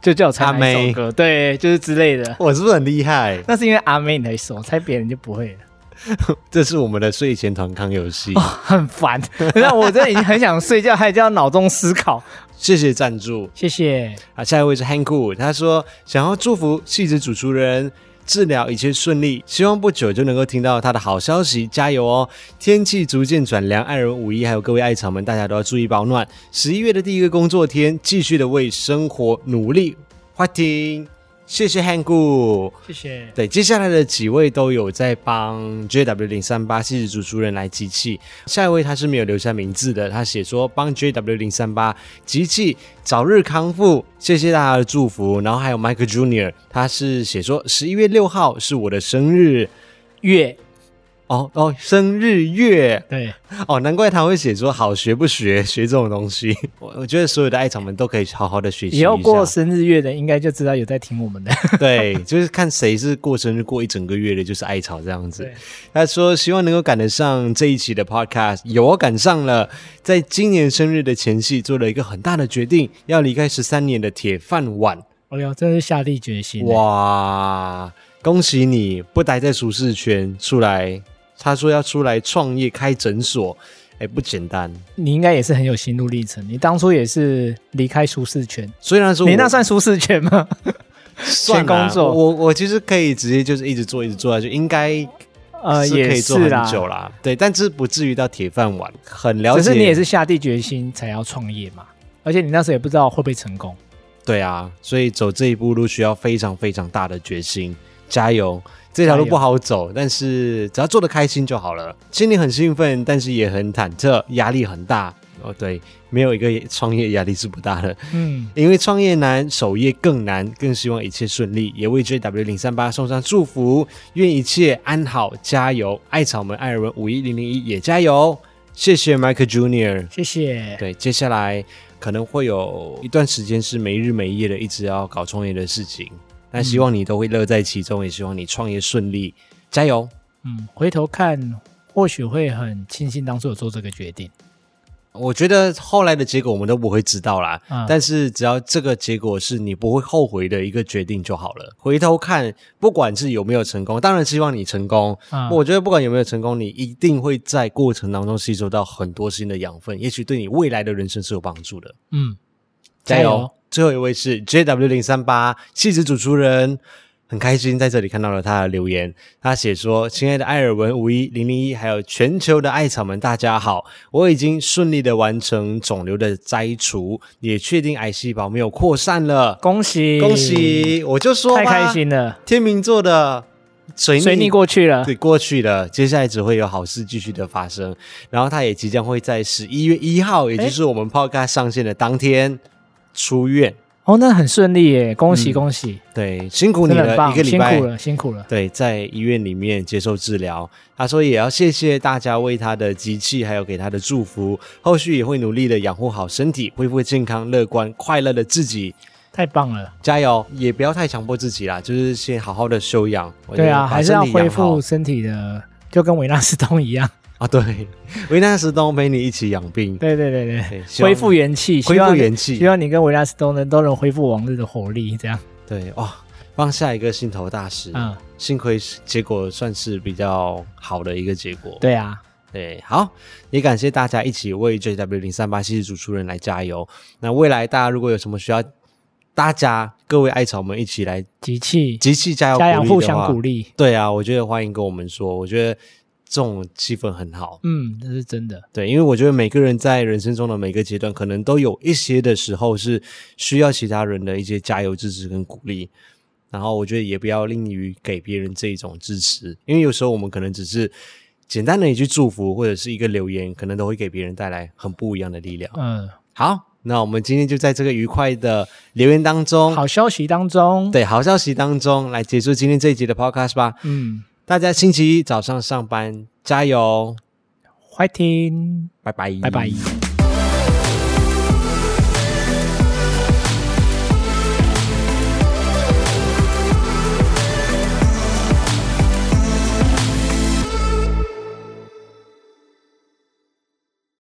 Speaker 2: 就叫我猜
Speaker 1: 阿
Speaker 2: 哪一
Speaker 1: 妹
Speaker 2: 首歌，对，就是之类的。
Speaker 1: 我是不是很厉害？
Speaker 2: 那是因为阿妹你才熟，猜别人就不会了，
Speaker 1: 这是我们的睡前团康游戏，
Speaker 2: 很烦。 那我真的已经很想睡觉，还叫脑中思考。
Speaker 1: 谢谢赞助
Speaker 2: 谢谢，
Speaker 1: 啊！下一位是 Hanku，他说想要祝福戏子主厨人。治疗一切顺利，希望不久就能够听到他的好消息，加油哦！天气逐渐转凉，爱人五一还有各位爱草们，大家都要注意保暖。十一月的第一个工作天，继续的为生活努力。欢迎，谢谢 Hanku。
Speaker 2: 谢谢。
Speaker 1: 对，接下来的几位都有在帮 JW 零三八戏子主持人来集气。下一位他是没有留下名字的，他写说帮 JW 零三八集气，早日康复，谢谢大家的祝福。然后还有 Michael Junior，他是写说十一月六号是我的生日
Speaker 2: 月
Speaker 1: 哦哦，生日月
Speaker 2: 对，
Speaker 1: 哦，难怪他会写说好学不学，学这种东西。我我觉得所有的爱场们都可以好好的学习一
Speaker 2: 以后过
Speaker 1: 下。
Speaker 2: 生日月的应该就知道有在听我们的。
Speaker 1: 对，就是看谁是过生日过一整个月的，就是爱吵这样子
Speaker 2: 对。
Speaker 1: 他说希望能够赶得上这一期的 podcast，有我赶上了。在今年生日的前夕，做了一个很大的决定，要离开十三年的铁饭碗。
Speaker 2: 哎呦，真的是下定决心。哇，
Speaker 1: 哇，恭喜你不待在舒适圈，出来。他说要出来创业开诊所，哎，不简单。
Speaker 2: 欸你应该也是很有心路历程。你当初也是离开舒适圈，
Speaker 1: 虽然说我
Speaker 2: 你那算舒适 圈吗？
Speaker 1: 算
Speaker 2: 先
Speaker 1: 啦
Speaker 2: 工作
Speaker 1: 我我其实可以直接就是一直做一直做下去，应该
Speaker 2: 呃，
Speaker 1: 是可
Speaker 2: 也
Speaker 1: 以做
Speaker 2: 是
Speaker 1: 很
Speaker 2: 啦。
Speaker 1: 久啦。对，但是不至于到铁饭碗，很了
Speaker 2: 只
Speaker 1: 解。
Speaker 2: 是你也是下定决心才要创业嘛，而且你那时候也不知道会不会成功。
Speaker 1: 对啊，所以走这一步路需要非常非常大的决心，加油！这条路
Speaker 2: 加油
Speaker 1: 不好走，但是只要做得开心就好了。心里很兴奋，但是也很忐忑，压力很大。哦，对，没有一个创业压力是不大的，
Speaker 2: 嗯，
Speaker 1: 因为创业难，守业更难，更希望一切顺利，也为 JW 零三八送上祝福，愿一切安好，加油！艾草们，艾尔文五一零零一也加油！谢谢 Michael Junior。
Speaker 2: 谢谢。
Speaker 1: 对，接下来可能会有一段时间是没日没夜的一直要搞创业的事情，但希望你都会乐在其中，也希望你创业顺利，加油！
Speaker 2: 嗯，回头看或许会很庆幸当初有做这个决定。
Speaker 1: 我觉得后来的结果我们都不会知道啦，
Speaker 2: 嗯
Speaker 1: 但是只要这个结果是你不会后悔的一个决定就好了。回头看，不管是有没有成功，当然希望你成功。
Speaker 2: 嗯
Speaker 1: 我觉得不管有没有成功，你一定会在过程当中吸收到很多新的养分，也许对你未来的人生是有帮助的。
Speaker 2: 嗯，
Speaker 1: 加
Speaker 2: 加
Speaker 1: 油
Speaker 2: 油！
Speaker 1: 最后一位是 JW 零三八戏子主厨人，很开心在这里看到了他的留言。他写说：“亲爱的艾尔文、五一零零一，还有全球的艾草们，大家好！我已经顺利的完成肿瘤的摘除，也确定癌细胞没有扩散了。
Speaker 2: 恭喜
Speaker 1: 恭！喜！我就说吧
Speaker 2: 太开，心了，
Speaker 1: 天秤座的水
Speaker 2: 水逆过去了。
Speaker 1: 对，过去了，接下来只会有好事继续的发生。然后它也即将会在十一月一号，也就是我们 Podcast 上线的当天出院。
Speaker 2: 哦，那很顺利耶，恭
Speaker 1: 嗯
Speaker 2: 喜恭喜，
Speaker 1: 对，辛苦
Speaker 2: 真
Speaker 1: 你
Speaker 2: 的很
Speaker 1: 了，
Speaker 2: 棒
Speaker 1: 一个，礼
Speaker 2: 辛
Speaker 1: 拜
Speaker 2: 苦。了，辛苦了。
Speaker 1: 对，在医院里面接受治疗，他说也要谢谢大家为他的集气，还有给他的祝福。后续也会努力的养护好身体，恢复健康、乐观、快乐的自己。
Speaker 2: 太棒了，
Speaker 1: 加油！也不要太强迫自己啦，就是先好好的休养。我觉
Speaker 2: 对
Speaker 1: 得
Speaker 2: 啊，
Speaker 1: 把
Speaker 2: 还是
Speaker 1: 身
Speaker 2: 要
Speaker 1: 体养
Speaker 2: 恢
Speaker 1: 好
Speaker 2: 复身体的，就跟维纳斯通一样。
Speaker 1: 啊。对， 维纳斯东陪你一起养病，
Speaker 2: 对对对对，
Speaker 1: 对，希望
Speaker 2: 恢复元气，
Speaker 1: 恢
Speaker 2: 希望
Speaker 1: 复
Speaker 2: 你
Speaker 1: 元气
Speaker 2: 希望你跟维纳斯都能都能恢复往日的活力，这样。
Speaker 1: 对哇、帮下一个心头大石，
Speaker 2: 嗯，
Speaker 1: 幸亏是结果算是比较好的一个结果。
Speaker 2: 对啊，
Speaker 1: 对，好，也感谢大家一起为 JW 零三八系主持人来加油。那未来大家如果有什么需要，大家各位爱草们一起来
Speaker 2: 集气，
Speaker 1: 集气加油鼓
Speaker 2: 家
Speaker 1: 励
Speaker 2: 养
Speaker 1: 的
Speaker 2: 互
Speaker 1: 话
Speaker 2: 相鼓。励。
Speaker 1: 对啊，我觉得欢迎跟我们说，我觉得这种气氛很好。
Speaker 2: 嗯，这是真的。
Speaker 1: 对，因为我觉得每个人在人生中的每个阶段，可能都有一些的时候是需要其他人的一些加油、支持跟鼓励。然后我觉得也不要吝于给别人这一种支持，因为有时候我们可能只是简单的一句祝福或者是一个留言，可能都会给别人带来很不一样的力量。
Speaker 2: 嗯，
Speaker 1: 好，那我们今天就在这个愉快的留言当中，
Speaker 2: 好消息当中，
Speaker 1: 哦对好消息当中来结束今天这一集的 podcast 吧。
Speaker 2: 嗯
Speaker 1: 大家星期一早上上班加油，
Speaker 2: ，fighting，
Speaker 1: 拜拜，
Speaker 2: 拜拜。